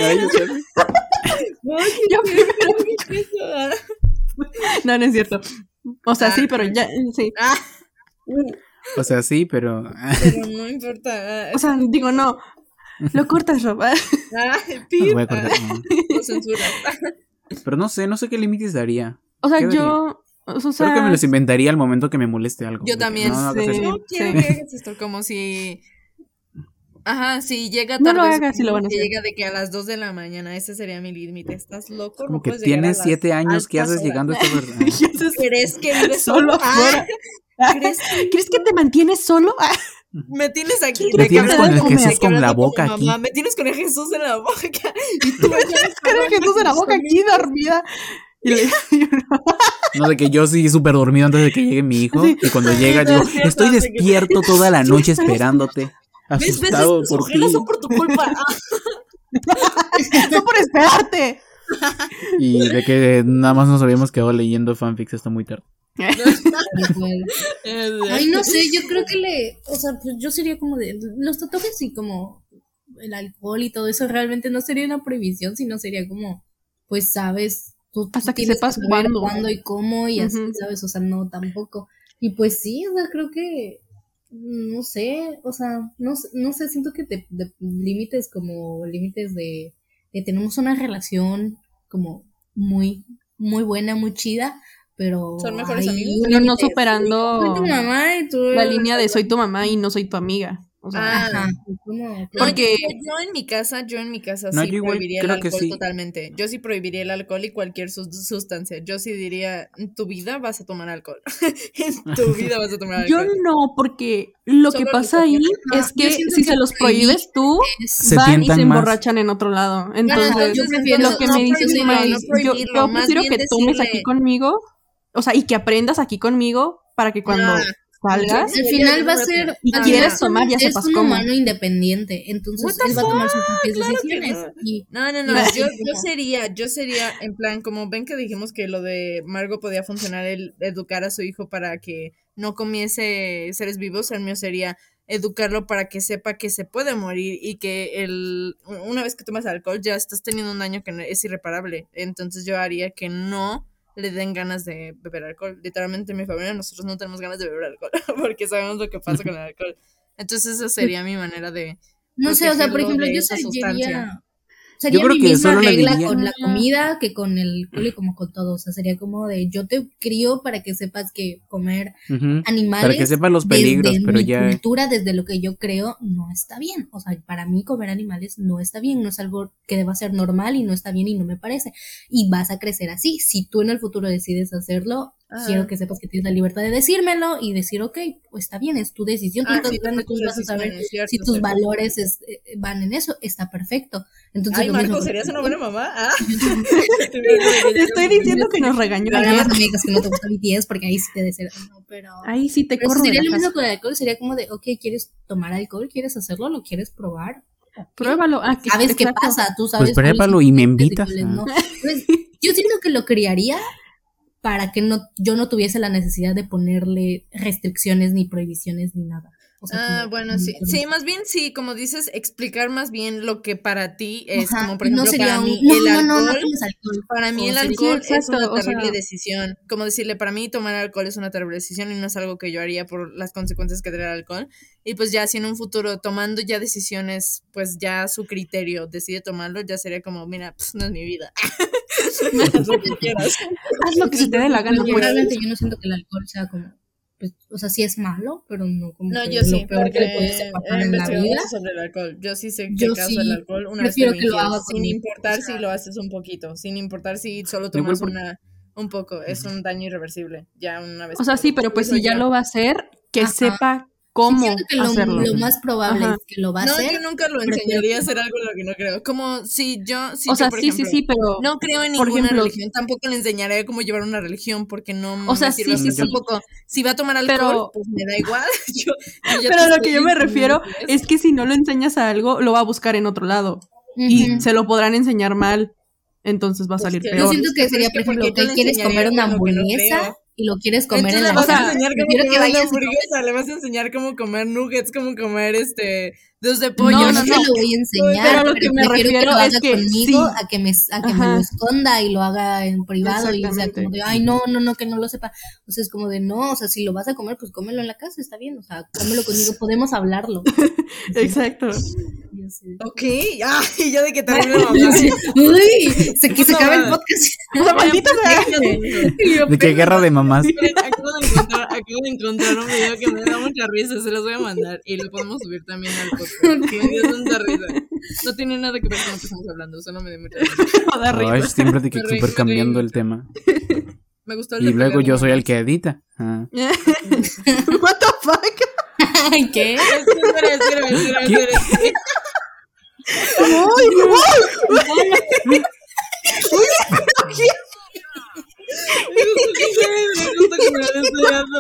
H: Ay, o sea,
G: yo primero- No, no es cierto. O sea, sí, pero ya, sí.
H: o sea, sí, pero...
A: Pero no importa.
G: O sea, digo, no. Lo cortas, ropa.
A: Ah,
H: Lo voy a cortar, no.
A: lo censura.
H: Pero no sé, no sé qué límites daría.
G: O sea,
H: ¿Qué daría?
G: yo. O sea,
H: Creo que me los inventaría al momento que me moleste algo.
A: Yo
H: De que,
A: también,
H: no, no hagas
G: sí.
H: eso.
A: No quiero
G: Sí.
A: que hagas esto como si. Ajá, si llega
G: No
A: tarde.
G: lo hagas y lo van a
A: si
G: hacer.
A: llega de que a las 2 de la mañana, ese sería mi límite. ¿Estás loco?
H: Como
A: No
H: que
A: puedes llegar a
H: tienes
A: las-
H: siete años, ¿qué
A: altas
H: haces
A: horas.
H: llegando a esta
G: Ya se
A: ¿Crees que vives
G: solo
A: solo?
G: afuera.
A: Ah, ¿Crees que
G: ¿Crees que te mantienes solo? Ah,
A: me tienes aquí?
H: Me tienes con el
A: hablando-
H: Jesús
A: de qué
H: con la
A: hablando tu
H: boca aquí.
A: mamá? Me tienes con el Jesús en la boca. Y tú
G: Era Jesús en la boca aquí dormida. Y le-
H: No, de que yo sí súper dormido antes de que llegue mi hijo.
G: Sí.
H: Y cuando llega, yo
A: cierto,
H: estoy
A: hace que-
H: despierto toda la noche esperándote.
A: ves veces
H: Asustado
A: tus
H: por ti.
A: ojeras son por tu culpa. Ah,
G: No por esperarte.
H: Y de que nada más nos habíamos quedado leyendo fanfics hasta muy tarde.
F: tal cual. Ay, no sé, yo creo que le, o sea, pues yo sería como de, los tatuajes y como el alcohol y todo eso realmente no sería una prohibición, sino sería como, pues sabes, tú tú
G: Hasta que
F: tienes
G: sepas
F: saber
G: cuándo.
F: y cómo y así,
G: Ujú.
F: sabes, o sea, no tampoco. Y pues sí, o sea, creo que, no sé, o sea, no, sé- no sé, siento que te, de- límites como límites de, de tenemos una relación como muy, muy buena, muy chida. Pero
A: Son mejores
F: hay
A: amigos.
F: un
G: Pero no
F: límite. Soy tu
G: superando
F: mamá y tú
G: Oh. la línea de soy tu mamá y no soy tu amiga. O sea,
A: Ah,
F: Ajá, es como-
A: No,
G: Porque-
A: yo, yo en mi casa, yo en mi casa
H: No,
A: sí
H: yo igual
A: prohibiría el
H: creo que
A: alcohol
H: sí.
A: totalmente. Yo sí prohibiría el alcohol y cualquier sus- sustancia. Yo sí diría, en tu vida vas a tomar alcohol. en tu vida vas a tomar
G: yo
A: alcohol.
G: no, porque lo
A: Solo
G: que pasa
A: los
G: ahí
F: Ajá,
G: es que
F: yo siento
G: si
F: que
G: se los
F: prohibir
G: prohíbes tú,
H: Se
G: van y
H: tientan
G: se
H: más.
G: emborrachan en otro lado. Entonces,
F: yo prefiero-
G: lo que
F: no
G: me dices,
F: prohibirlo,
G: Mari,
F: no
G: yo, yo prefiero que tomes aquí conmigo, o sea, y que aprendas aquí conmigo para que cuando
A: Ah,
G: salgas
F: Al final va a ser.
G: y
F: al
G: quieres
F: final
G: tomar, ya
F: es
G: sepas
F: un
G: cómo.
F: humano independiente, entonces él va a tomar sus propias
A: Claro que
F: decisiones.
A: no.
F: Y
A: No, no, no,
F: Iba a
A: yo,
F: decir
A: yo
F: como-
A: sería, yo sería en plan, como ven que dijimos que lo de Margo podía funcionar el educar a su hijo para que no comiese seres vivos, el mío sería educarlo para que sepa que se puede morir y que el, una vez que tomas alcohol ya estás teniendo un daño que no- es irreparable. Entonces yo haría que no le den ganas de beber alcohol. Literalmente en mi familia nosotros no tenemos ganas de beber alcohol porque sabemos lo que pasa con el alcohol. Entonces esa sería mi manera de...
F: no sé, o sea, por
A: Protegerlo
F: ejemplo,
A: de
F: yo
A: esa
F: sería.
A: sustancia.
F: Sería
H: Yo creo
F: mi
H: que
F: misma
H: solo le
F: regla
H: diría-
F: con la comida que con el alcohol y como con todo. O sea, sería como de yo te crío para que sepas que comer
H: Ujú.
F: animales.
H: Para que sepan los peligros,
F: desde
H: pero
F: mi
H: ya. pues
F: cultura, desde lo que yo creo, no está bien. O sea, para mí comer animales no está bien, no es algo que deba ser normal y no está bien y no me parece. Y vas a crecer así. Si tú en el futuro decides hacerlo,
A: Ajá.
F: quiero que sepas que tienes la libertad de decírmelo y decir, ok, pues está bien, es tu decisión, tú
A: Ah,
F: estás
A: sí,
F: grande, tú
A: tus
F: vas a saber
A: decisiones, cierto,
F: si tus
A: cierto.
F: valores es- eh, van en eso, está perfecto. Entonces,
A: Ay,
F: lo mismo
A: Marco,
F: con-
A: ¿serías una buena mamá? Ah.
G: Te estoy diciendo que nos regañó
F: Para
G: ayer.
F: las amigas que no te gusta BTS, porque ahí sí te deseo. No, pero.
G: Ahí sí te
F: Pero eso
G: corro de
F: sería
G: la
F: lo
G: casa.
F: mismo con el alcohol, sería como de, ok, ¿quieres tomar alcohol? ¿Quieres hacerlo? ¿Lo quieres probar?
G: Pruébalo. Ah, que-
F: ¿Sabes qué
G: exacto.
F: pasa? Tú sabes.
H: Pues
F: cuáles
H: prépalo
F: son
H: y me
F: los
H: invitas. ah.
F: cuáles no. Entonces, Yo siento que lo criaría para que no, yo no tuviese la necesidad de ponerle restricciones ni prohibiciones ni nada. O sea,
A: Ah,
F: como-
A: bueno, sí.
F: como-
A: Sí, más bien sí, como dices, explicar más bien lo que para ti es
F: Ajá,
A: como, por ejemplo,
F: no sería
A: para
F: un,
A: mí
F: no,
A: el
F: no, no, no
A: alcohol.
F: tomes alcohol.
A: Para mí
F: O
A: el
F: sea, sí,
A: alcohol es
G: exacto,
A: una
G: o sea-
A: terrible decisión. Como decirle, para mí tomar alcohol es una terrible decisión y no es algo que yo haría por las consecuencias que trae el alcohol. Y pues ya si en un futuro tomando ya decisiones, pues ya a su criterio decide tomarlo, ya sería como, mira, pues, no es mi vida. Haz lo que quieras.
G: Haz lo que se te dé la gana.
F: Pero
G: pues.
F: realmente yo no siento que el alcohol sea como, pues, o sea, sí es malo, pero no como
A: No,
F: que
A: yo
F: lo
A: sí,
F: peor que le
A: porque
F: pudiese
A: he
F: pasar en la
A: investigado
F: vida.
A: mucho sobre el alcohol. Yo sí sé que
F: Yo
A: causa
F: sí
A: el alcohol una vez
F: prefiero que lo
A: permitido,
F: haga
A: sin
F: con él,
A: importar
F: o sea.
A: si lo haces un poquito, sin importar si solo
H: Yo igual
A: tomas
H: por-
A: una un poco, es un daño irreversible, ya una vez.
G: O sea, sí, pero pues si ya lo va a hacer, que
F: Ajá.
G: sepa cómo
F: Siento que lo,
G: hacerlo.
F: lo más probable
G: Ajá.
F: es que lo va a
A: No,
F: hacer.
A: yo nunca lo
F: prefiero
A: enseñaría a hacer algo en lo que no creo. Como si yo, si
G: O
A: yo,
G: sea,
A: por
G: sí, sí,
A: ejemplo,
G: sí, pero
A: No creo en
G: por
A: ninguna
G: ejemplo-
A: religión, tampoco le enseñaré cómo llevar una religión porque no
G: O sea,
A: me sirve
G: sí,
H: sí,
A: a mí
H: sí.
A: tampoco. Si va a tomar alcohol,
G: Pero-
A: pues me da igual. Yo- yo ya
G: Pero
A: te
G: lo
A: estoy
G: que yo me
A: diciendo
G: refiero
A: que
G: es que si no lo enseñas a algo, lo va a buscar en otro lado.
F: Ujú.
G: Y se lo podrán enseñar mal. Entonces va a
A: Pues
G: salir
A: que-
F: Yo
G: peor.
F: siento que
A: Pero
F: sería,
A: es que
F: por ejemplo,
A: ¿por qué
F: que
A: yo le
F: quieres
A: enseñaría
F: comer una
A: algo que no
F: hamburguesa
A: creo?
F: y lo quieres comer
A: Entonces
F: en
A: le
F: la
A: vas a
F: casa.
A: enseñar cómo
F: Prefiero que
A: comer una
F: vayas y
A: hamburguesa, le vas a enseñar cómo comer nuggets, cómo comer este dos de
F: No,
A: pollo.
F: no,
A: no,
F: te lo voy a enseñar,
G: Pero
F: pero,
G: a lo que me
F: prefiero que
G: refiero
F: lo
G: es
F: haga
G: que
F: conmigo
G: sí.
F: a que, me, a que me
G: Ajá.
F: lo esconda y lo haga en privado y o sea como de, ay, no, no, no, que no lo sepa. O sea, es como de, no, o sea, si lo vas a comer, pues cómelo en la casa, está bien, o sea, cómelo conmigo, podemos hablarlo.
G: Exacto.
F: Y así,
A: Ok, ay, yo de que terrible mamá.
F: Uy, se, que se acaba el podcast.
G: Maldita sea.
H: ¿De qué guerra de mamás?
A: Miren, Acabo de, encontrar, acabo de encontrar un video que me da mucha risa, se los voy a mandar y lo podemos subir también al podcast. Me dio tanta risa. No tiene nada que ver con lo que estamos hablando, solo me dio mucha risa.
G: Joder, risa.
H: Ay, siempre de que
A: Me reí,
H: super
A: me
H: cambiando
A: reí.
H: el tema.
A: Me gustó el
H: Y
A: de
H: luego
A: pelear
H: yo
A: con
H: soy el
A: mamás.
H: que edita. Ah.
G: What the fuck?
F: Ay, ¿Qué?
A: Espera, espera, espera, espera, espera. Me gustó que- me gustó que me lo estoy dando.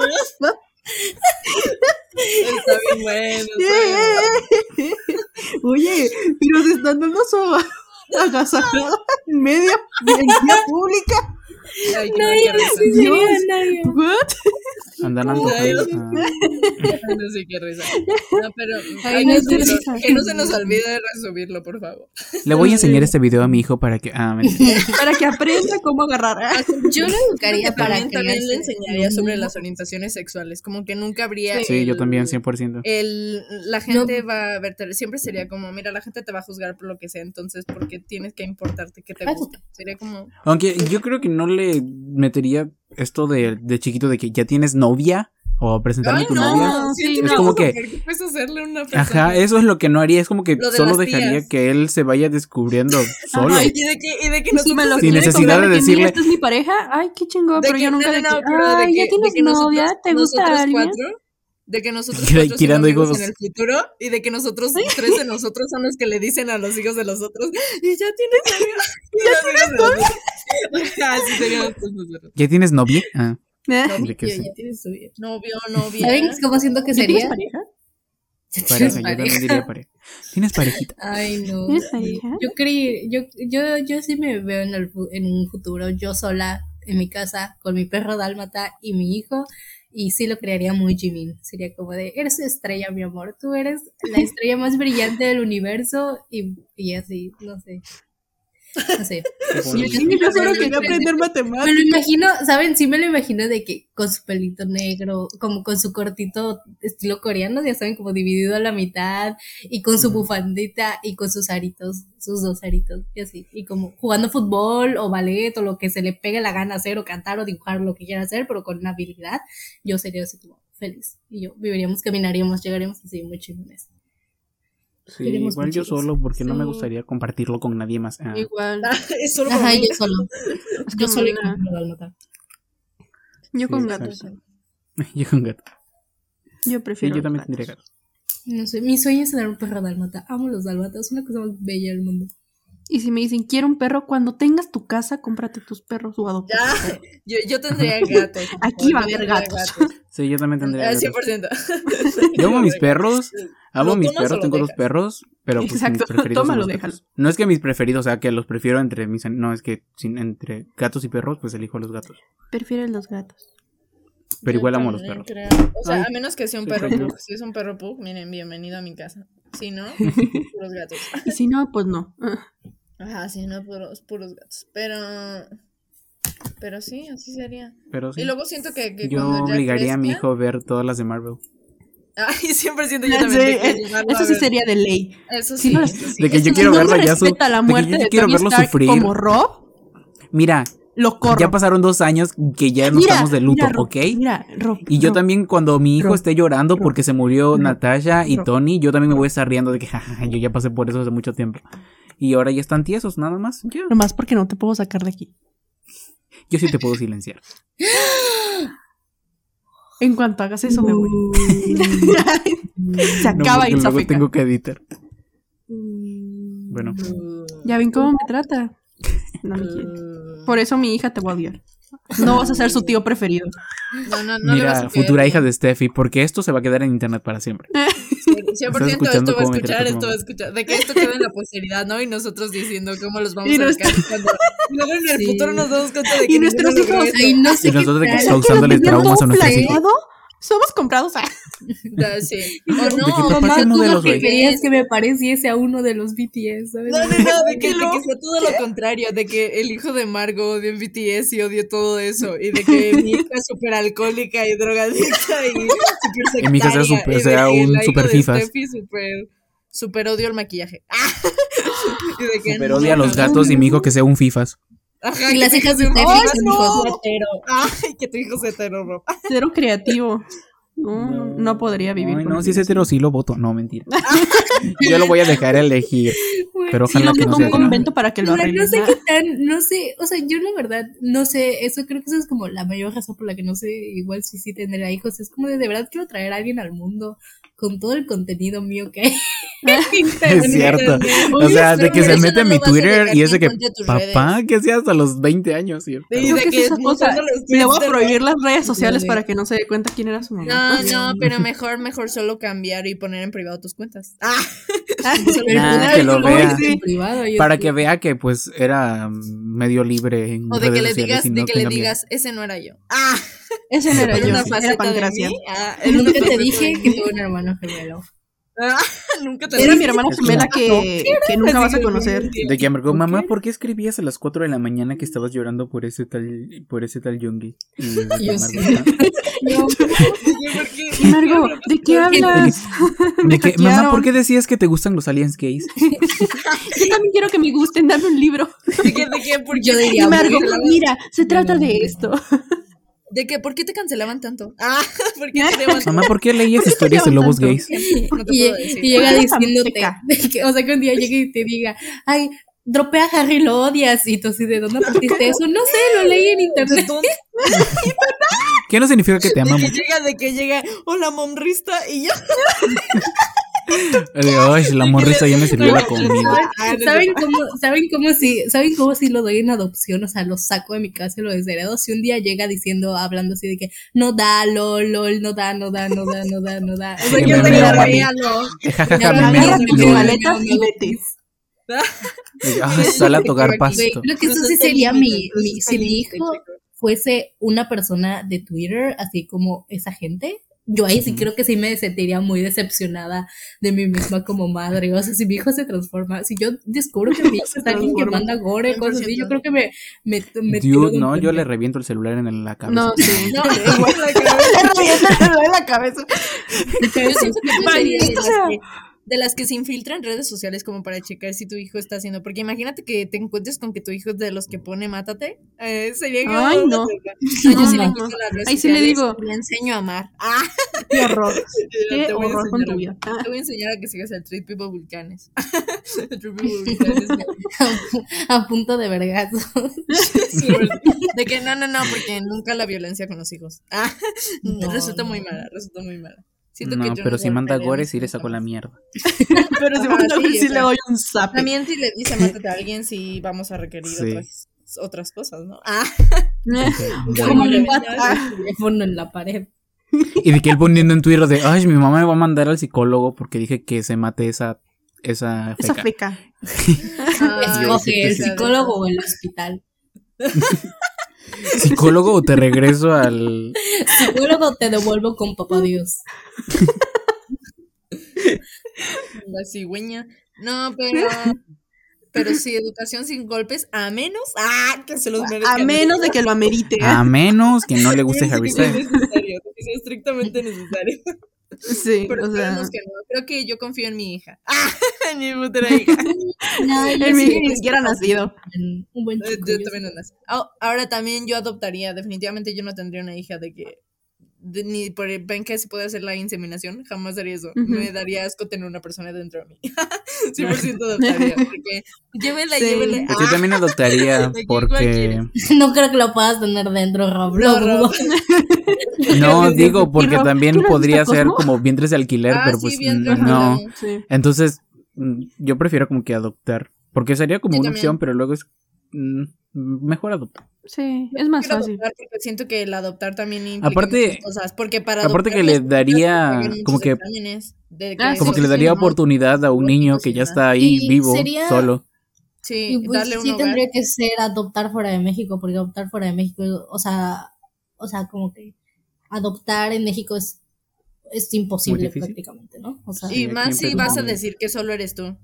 A: Está bien bueno. está bien.
G: Oye, pero se están dando su agasajadas en media, en vía pública.
A: Ay, qué mucha risa.
G: What?
H: Andan
A: Ay,
H: antojados.
A: Dios.
H: Ah.
A: No sé qué risa. No, pero
G: Ay,
A: hay
G: no,
A: que,
G: qué
A: subirlo.
G: risa.
A: que no se nos olvide resubirlo, por favor.
H: Le voy a enseñar este video a mi hijo para que. Ah, mentira.
G: Para que aprenda cómo agarrar. ¿eh?
F: Yo lo educaría para
A: también,
F: que
A: también le
F: hace-
A: enseñaría sobre las orientaciones sexuales, como que nunca habría
H: Sí, yo
A: el-
H: también, 100%.
A: el- la gente va a verte, siempre sería como, mira, la gente te va a juzgar por lo que sea, entonces, ¿por qué tienes que importarte que te
F: Ay,
A: gusta? Sería como,
H: Aunque yo creo que no le metería esto de, de chiquito de que ya tienes novia o presentarme
A: ay,
H: tu novia.
A: no,
G: sí,
A: sí,
H: es como que-
A: puedes hacerle a una persona.
H: Ajá, eso es lo que no haría. Es como que
A: Lo de
H: solo
A: las
H: dejaría
A: tías.
H: que él se vaya descubriendo solo.
A: Ay, y de que, y de que
G: Si
A: nosotros
G: me lo
H: Sin
G: quiere
H: necesidad
G: cobrar
H: de
G: que, mira,
H: decirle-
G: esta es mi pareja. Ay, qué chingón.
A: pues, de
G: Pero
A: que-
G: yo nunca
A: no,
G: de
A: no,
G: que,
A: no, pero de
G: ay, ya
A: que- de
G: tienes
A: que nosotros-
G: novia, ¿te
A: nosotros
G: gusta alguien?
A: cuatro, de que nosotros
H: Tira-
A: cuatro son
H: tirando
A: amigos
H: hijos.
A: en el futuro y de que nosotros tres de nosotros son los que le dicen a los hijos de los otros y ya tienes novia. ya tienes novia. Así seríamos todos pues, nosotros.
H: ¿Ya tienes novia? Ah,
G: ¿Eh?
H: de que sí.
A: Novio, novia.
F: ¿Saben cómo siento que
G: ¿Ya ¿Tienes
F: sería?
G: pareja?
F: Ya tienes
H: Pareja, yo
F: pareja.
H: también diría pareja. ¿Tienes parejita?
F: Ay, no.
G: ¿Tienes pareja?
F: Yo creí, yo, yo, yo sí me veo en, el, fu- en un futuro yo sola en mi casa con mi perro dálmata y mi hijo y sí lo crearía muy Jimin. Sería como de, eres estrella, mi amor, tú eres la estrella más brillante del universo y, y así, no sé. No sé.
G: Yo solo quería aprender matemáticas.
F: Me lo imagino, ¿saben? Sí me lo imagino de que con su pelito negro, como con su cortito estilo coreano, ya saben, como dividido a la mitad, y con su bufandita y con sus aritos, sus dos aritos, y así, y como jugando fútbol o ballet o lo que se le pegue la gana hacer o cantar o dibujar lo que quiera hacer, pero con una habilidad, yo sería así como feliz. Y yo viviríamos, caminaríamos, llegaríamos así muy chingones.
H: Sí,
F: Queremos
H: igual yo
F: muchachos.
H: solo porque no me
G: Sí.
H: gustaría compartirlo con nadie más. Ah.
G: Igual.
A: Es solo para
F: Ajá,
A: mí.
F: yo solo. Yo solo y
G: Ajá.
F: con mi dálmata.
G: Yo
H: Sí,
G: con gatos.
H: exacto. Yo con gato.
G: Yo
H: Sí,
G: prefiero.
H: yo también
G: gatos.
H: tendría gato.
F: No sé, mi sueño es tener un perro dálmata. Amo los dálmatas, es una cosa más bella del mundo.
G: Y si me dicen, quiero un perro, cuando tengas tu casa, cómprate tus perros o adopta.
A: Ya, yo, yo tendría gatos.
G: Aquí va a
A: Yo
G: haber
A: tendría
G: gatos.
H: Sí, yo también tendría
A: Al
H: gato.
A: 100%.
H: Yo amo mis perros. Amo
A: ¿Los
H: mis
A: tomas o
H: perros,
A: los
H: tengo dos
A: dejas?
H: perros. Pero pues
G: Exacto,
H: mis preferidos son
G: tómalo,
H: los
G: déjalo.
H: gatos. No es que mis preferidos, o sea, que los prefiero entre mis... an- No, es que sin, entre gatos y perros, pues elijo a los gatos.
G: Prefiero los gatos.
H: Pero
A: Yo
H: igual amo a los
A: también
H: perros.
A: creo. O sea,
H: Ay,
A: a menos que sea un
H: sí,
A: perro
H: soy yo.
A: pug. Si es un perro pug, miren, bienvenido a mi casa. Si no, puros gatos.
G: Y si no, pues no.
A: Ajá, si no, puros, puros gatos. Pero. Pero sí, así sería.
H: Pero sí.
A: Y luego siento que. que
H: Yo
A: cuando ya
H: obligaría a mi
A: crezca-
H: hijo a ver todas las de Marvel.
A: Ay, siempre siento yo
G: Ya
A: también.
G: sé,
A: tengo que
G: eh,
A: llevarlo
G: eso
A: a
G: sí
A: ver.
G: sería de ley.
A: Eso
G: Sí,
A: sí.
G: no,
A: eso sí.
H: de que yo
G: Si
H: quiero
G: no
H: verlo
G: me
H: ya su-
G: respeta la
H: de que yo
G: muerte de,
H: quiero
G: Tony
H: verlo
G: Stark
H: sufrir.
G: como Rob,
H: Mira,
G: lo corro.
H: ya pasaron dos años que ya no
G: Mira,
H: estamos de luto,
G: mira, Rob,
H: ¿ok?
G: Mira, Rob,
H: Y yo
G: Rob.
H: también cuando mi hijo
G: Rob,
H: esté llorando
G: Rob,
H: porque se murió
G: Rob,
H: Natasha y
G: Rob.
H: Tony, yo también me voy a estar riendo de que jajaja, yo ya pasé por eso hace mucho tiempo. Y ahora ya están tiesos, nada más. Ya.
G: Nomás porque no te puedo sacar de aquí.
H: Yo sí te puedo silenciar.
G: En cuanto hagas eso, me voy. Se
H: No,
G: acaba
H: porque
G: y
H: luego tengo que editar.
A: Mm.
H: Bueno,
G: Ya ven cómo me trata. No me
A: Mm,
G: quiere. Por eso mi hija te va a odiar. No vas a ser su tío preferido.
A: No, no, no le vas a
H: mira,
A: creer.
H: futura hija de Steffi, porque esto se va a quedar en internet para siempre.
A: 100% esto
H: escuchando
A: va a
H: cómo me trata
A: escuchar,
H: tu
A: esto va
H: mamá.
A: a escuchar. De que esto queda en la posteridad, ¿no? Y nosotros diciendo cómo los vamos
G: Y
A: a
G: no
A: sacar. cuando- y Luego en el
F: Sí.
A: futuro nos damos cuenta de que.
G: Y nuestros
A: ninguno
G: hijos
A: logró
F: Ay,
A: eso.
F: no sé
H: Y
F: qué
H: nosotros de que
F: tal.
H: causándoles
G: ¿Que lo tenían
H: traumas a
G: todo
H: nuestros hijos.
G: planeado? Somos comprados. Ah,
A: Da, sí. O
H: De que
A: no,
H: papá
A: mamá,
H: tiene
A: tú
H: modelos,
A: lo que
H: güey.
F: Querías
A: querías.
F: que me pareciese a uno de los BTS, ¿sabes?
A: No, no, no, de que, de que fue todo lo contrario, de que el hijo de Margo odió el BTS y odió todo eso, y de que mi hija es súper alcohólica y drogadicta y súper
H: Y mi hija sea
A: sectaria,
H: súper-
A: y de
H: sea
A: que
H: un
A: la hija
H: súper
A: de
H: fifas.
A: Steffi súper, súper odio el maquillaje. y de que
H: Pero
A: no,
H: odia a los
A: no,
H: gatos y mi hijo que sea un FIFAs.
A: Ajá,
F: Y
A: que
F: las
A: tu
F: hijas de
A: hijo sea-
F: Steffi
A: ¡Ay,
F: son
A: no!
F: hijos
A: Ay, que tu hijo sea hetero, Rob.
G: Cero creativo. No, no, no podría vivir.
H: Ay,
G: con
H: no,
G: mi
H: si es
G: vida.
H: hetero sí lo voto. No, mentira. Yo lo voy a dejar elegir. Pero
G: Sí,
H: ojalá
G: lo
H: que no
G: meto a
H: sea
G: un
H: hetero.
G: convento para que lo
F: Mira,
G: arreglen.
F: Pues, no sé
G: Ah,
F: qué tan, no sé, o sea, yo la verdad, no sé, eso creo que eso es como la mayor razón por la que no sé, igual si sí tendrá hijos, es como de, de verdad quiero traer a alguien al mundo con todo el contenido mío que hay. en Internet.
H: Es cierto. O
A: Oye,
H: sea, de
A: pero
H: que
A: por
H: se
A: eso
H: mete
A: no
H: a mi
A: lo vas a
H: Twitter
A: dejar
H: y
A: que
H: es de que,
A: encuentre tus
H: papá, que seas a los 20 años. Y-
A: Y
G: creo
A: de
G: que
A: que
G: es esa cosa.
A: mostrando los
G: Le
A: tweets
G: voy a
A: de
G: prohibir las redes sociales
F: de-
G: para que no se dé cuenta quién era su mamá.
A: No, no, pero mejor, mejor solo cambiar y poner en privado tus cuentas. Ah,
F: Pero
H: Ah,
F: tú la
H: que
F: ves
H: lo
F: como
H: vea.
F: en privado, yo
H: Para
F: sí.
H: que vea que pues era mm, medio libre en
A: o de que
H: redes
A: le
H: sociales
A: digas,
H: y
A: de
H: no
A: que le
H: tenga miedo.
A: digas, ese no era yo. Ah,
G: Ese no era
H: Pero
G: yo.
H: una
G: Era Pancracia.
A: Ah, en una
F: Nunca te
A: faceta
F: dije
A: de
F: que
A: mí.
F: tuve un hermano gemelo.
A: Ah, nunca te
G: Era
A: dije.
G: mi hermana
H: Es
G: gemela
H: como-
G: que, que nunca vas a conocer.
H: De que amargó, mamá, ¿por qué escribías a las 4 de la mañana que estabas llorando por ese tal, por ese tal Yungi? Y de que
F: Yo
H: Margot,
F: sí.
H: "Ah".
A: ¿Por qué?
G: Margo, ¿de qué hablas? Me
H: De que,
G: hackearon.
H: mamá, ¿por qué decías que te gustan los aliens gays?
G: Yo también quiero que me gusten, dame un libro.
A: ¿De que- de que por qué-
F: Yo diría,
G: Y Margo,
A: güey, la-
G: mira, se trata de esto.
A: de que por qué te cancelaban tanto? Ah, ¿por qué te llaman?
H: Mamá, ¿por qué leías
G: ¿Por qué
H: historias de
G: peleaban
H: lobos
G: tanto?
H: gays?
A: No te
F: y,
A: puedo decir.
F: y llega
G: Porque es
F: diciéndote,
G: famosa.
F: de que, o sea, que un día llegue y te diga, ay, dropea a Harry, lo odias, y tú así, ¿de dónde aprendiste eso? No sé, lo leí en internet.
H: ¿Qué no significa que te ama
A: De que
H: mucho?
A: llega, de que llega, hola momrista, y ya.
H: De, Eh, Ay, la morrisa ya me sirvió la comida.
A: Ah, no,
F: ¿Saben cómo, saben cómo si, saben cómo si lo doy en adopción? O sea, lo saco de mi casa y lo desheredo. Si un día llega diciendo, hablando así de que, no da, lol, lol, no da, no da, no da, no da, no da. O sea,
H: Sí,
F: yo
H: me
F: te
H: meo,
F: digo,
H: mami.
F: "Véalo".
H: Jajaja,
F: Ya,
H: me
F: ya, ya,
H: meo,
G: Agárrate
F: ya,
G: tus
H: lol.
G: maletas y vete.
H: De que, "Ah, sal a tocar
F: Güey,
H: pasto.
F: creo que eso sí sería mi, mi, si mi hijo fuese una persona de Twitter, así como esa gente, yo ahí sí
H: Ujú.
F: creo que sí me sentiría muy decepcionada de mí misma como madre. O sea, si mi hijo se transforma, si yo descubro que mi hijo es alguien que
G: transforma.
F: manda gore, cosas así, yo creo que me... me, me tiro de
H: Dude,
F: un
H: no, yo
F: puente.
H: le reviento el celular en la cabeza.
G: No, sí.
A: No, igual la cabeza.
G: en la cabeza.
A: Pero yo siento que yo sería de
G: Maldita
A: las
G: sea.
A: que- este, de las que se infiltran en redes sociales como para checar si tu hijo está haciendo. Porque imagínate que te encuentres con que tu hijo es de los que pone mátate. Eh, sería como-
G: Ay, no.
A: Ay, yo sí le
G: No.
A: quito las redes
G: Ahí sí le
A: sociales,
G: digo.
A: Le enseño a amar. Ah,
G: Qué horror. Qué
A: te voy a
G: horror con tu
A: enseñar
G: vida. Ah,
A: a- Te voy a enseñar a que sigas al Trade People Vulcanes. El Trade People Vulcanes.
F: A punto de vergazo.
A: sí, ¿verdad? de que no, no, no, porque nunca la violencia con los hijos. Ah,
F: No,
A: resulta muy
F: no.
A: mala, resulta muy mala. Siento que
H: No,
A: yo
H: pero si manda
A: soportaría a
H: gores
A: mis
H: sí le saco la
A: hijos.
H: mierda.
G: Pero si
A: Ajá,
G: mando a ver
A: sí,
G: si
A: o
G: le
A: sea,
G: doy un zape.
A: También si le dice mátate a alguien, si vamos a requerir
H: Sí.
A: otras, otras cosas, ¿no? Ah,
F: Como
H: Bueno.
F: le
A: le
F: va
A: vendas
F: el teléfono en la pared.
H: Y de que él poniendo en Twitter de, ay, mi mamá me va a mandar al psicólogo porque dije que se mate esa esa
G: Esa
H: feca.
G: feca. Ah,
F: Escoge el
H: sí.
F: psicólogo o el hospital.
H: ¿Psicólogo o te regreso al.
F: Psicólogo te devuelvo con papá Dios.
A: La cigüeña. No, pero. Pero sí, educación sin golpes, a menos. ¡Ah! Que se los merezca.
G: A menos de que lo amerite.
H: A menos que no le guste
A: Sí,
H: Harry
A: sí, es
H: Styles.
A: necesario, sí, es estrictamente necesario.
G: Sí,
A: Pero
G: o sea.
A: esperemos que no. Creo que yo confío en mi hija. ¡Ah! En mi putera hija.
F: No, yo
G: El
F: sí
G: mío
F: creo
G: ni siquiera ha nacido.
F: en un buen
A: Eh,
F: chico,
A: Yo
F: yo
A: también en las- Ah, Ahora también yo adoptaría. Definitivamente yo no tendría una hija de que. de- ni por el- ven que se puede hacer la inseminación, jamás haría eso.
G: Ujú.
A: Me daría asco tener una persona dentro de mí. 100% adoptaría. Porque llévela,
G: Sí.
A: llévela.
H: Pues yo también adoptaría porque.
F: No creo que lo puedas tener dentro, Rob. Lo
A: No, Rob.
F: dudo.
H: No, digo, porque
G: Y Rob,
H: también
G: ¿tú no has
H: podría
G: visto
H: ser
G: Cosmo?
H: como vientres de alquiler,
A: Ah,
H: pero
A: sí,
H: pues
A: bien,
H: mm, no.
A: tranquila.
G: Sí.
H: Entonces, mm, yo prefiero como que adoptar. Porque sería como
A: Yo
H: una
A: también.
H: opción, pero luego es. mm, Mejor adoptar.
G: Sí, es más
A: Quiero
G: fácil.
A: adoptar porque siento que el adoptar también implica
H: Aparte-
A: muchas cosas. Porque para
H: aparte que
A: adoptar
H: le
A: los niños
H: daría
A: pagan muchos
H: como que-
A: exámenes de
G: Ah,
H: Como
A: eso,
H: que le
A: sí,
H: daría
A: ¿no?
H: oportunidad a un niño que ya está ahí
F: Y
H: vivo,
F: sería-
H: solo.
A: Sí,
F: Y pues
A: darle un
F: sí
A: hogar.
F: tendría que ser adoptar fuera de México, porque adoptar fuera de México, o sea, o sea, como que adoptar en México es, es imposible
H: difícil.
F: prácticamente, ¿no? O sea,
A: Y
H: Sí,
A: más
H: aquí en
A: si
H: Perú
A: vas a
H: también.
A: decir que solo eres tú.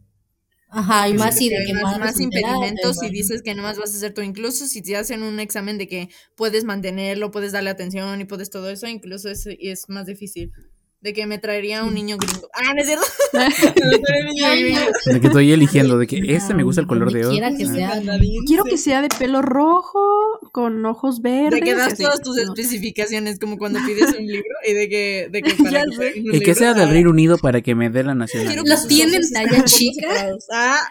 F: ajá, y más
A: Sí,
F: si de
A: hay
F: que
A: más,
F: madres
A: más
F: enteradas,
A: impedimentos
F: bueno.
A: y dices que nomás vas a hacer tú, incluso si te hacen un examen de que puedes mantenerlo, puedes darle atención y puedes todo eso, incluso es, es más difícil. De que me traería un niño gringo. Ah, no es cierto. Me traería un niño gringo.
H: De que estoy eligiendo, de que este me gusta el color de
F: Donde
H: hoy.
F: quiera que sea.
G: Quiero que sea de pelo rojo, con ojos verdes.
A: De que das
G: así.
A: todas tus
G: No.
A: especificaciones como cuando pides un libro y de que, de que para que te den un
H: El que
A: libro,
H: sea del
A: ah,
H: Reino Unido para que me dé la nacionalidad.
A: quiero que
F: ¿Lo
A: sus
F: tienen
A: ojos estén
F: talla
A: un poco
F: chica?
A: separados. Ah,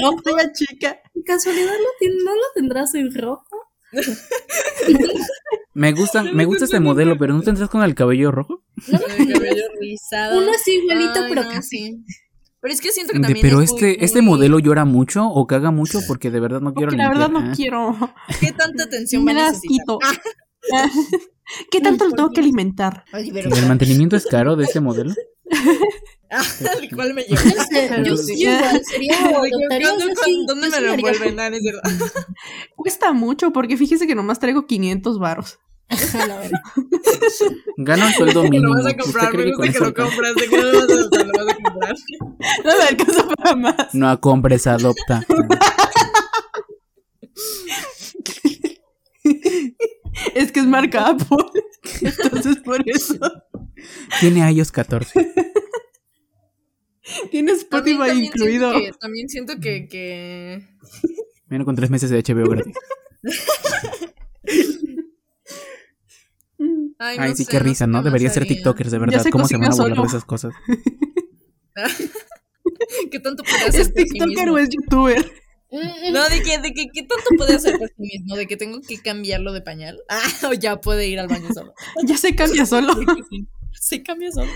F: Rob,
G: Toda chica.
F: casualidad lo tien- no lo tendrás en ropa.
H: Me gusta, me gusta este modelo, pero ¿no tendrás con el cabello rojo?
A: de cabello rizado.
F: Uno así igualito,
A: Ah, Ay,
F: pero
A: no,
F: casi.
A: sí. Pero es que siento que
H: De,
A: también
H: pero
A: es muy-
H: este, este
A: muy-
H: modelo llora mucho o caga mucho porque de verdad no quiero
G: Porque la
H: limpiar.
G: verdad no
H: Ah,
G: quiero.
A: ¿Qué tanta atención va
G: Me
A: a
G: las
A: necesitar?
G: quito. ¿Qué tanto lo tengo que alimentar?
A: Oye, pero
H: ¿El mantenimiento es caro de este modelo?
A: al cual me llevo.
F: No sé, yo
G: Pero
F: sí
G: sí.
F: igual sería adoptaría, o sea,
A: ¿Dónde,
F: sí,
A: ¿dónde
F: yo
A: me
F: sí
A: lo
F: haría-
A: envuelven? Ah, no es cierto.
G: Cuesta mucho, porque fíjese que nomás traigo 500 varos.
H: Gana un sueldo
A: Que lo
H: mínimo.
A: vas a
H: ¿Usted
A: comprar,
H: cree
A: me
H: que con
A: gusta que
H: eso
A: lo
H: alcanza?
A: compras, de que no lo vas a adoptar, lo vas a comprar.
G: No me alcanza para más.
H: No compres, adopta.
G: Es que es marca Apple. Entonces por eso
H: Tiene iOS 14.
G: tiene Spotify incluido.
A: Siento que, también siento que, que...
H: Menos con tres meses de HBO gratis.
G: Mm.
A: Ay,
H: Ay,
A: no
H: sí,
A: sé,
H: qué risa, ¿no?
A: sé qué
H: Debería
A: más
H: ser
A: haría.
H: TikTokers, de
G: Ya
H: verdad.
G: se
H: ¿Cómo se van a
G: cocina
H: burlar de
G: solo.
H: esas cosas?
A: ¿Qué tanto puede hacer
G: ¿Es
A: por sí
G: TikToker
A: mismo? Mm.
G: o es YouTuber?
A: No, de que, de que, ¿qué tanto puede hacer por sí mismo? ¿De que tengo que cambiarlo de pañal? Ah, o ya puede ir al baño solo.
G: Ya se cambia solo.
A: De que sí. Se cambia solo.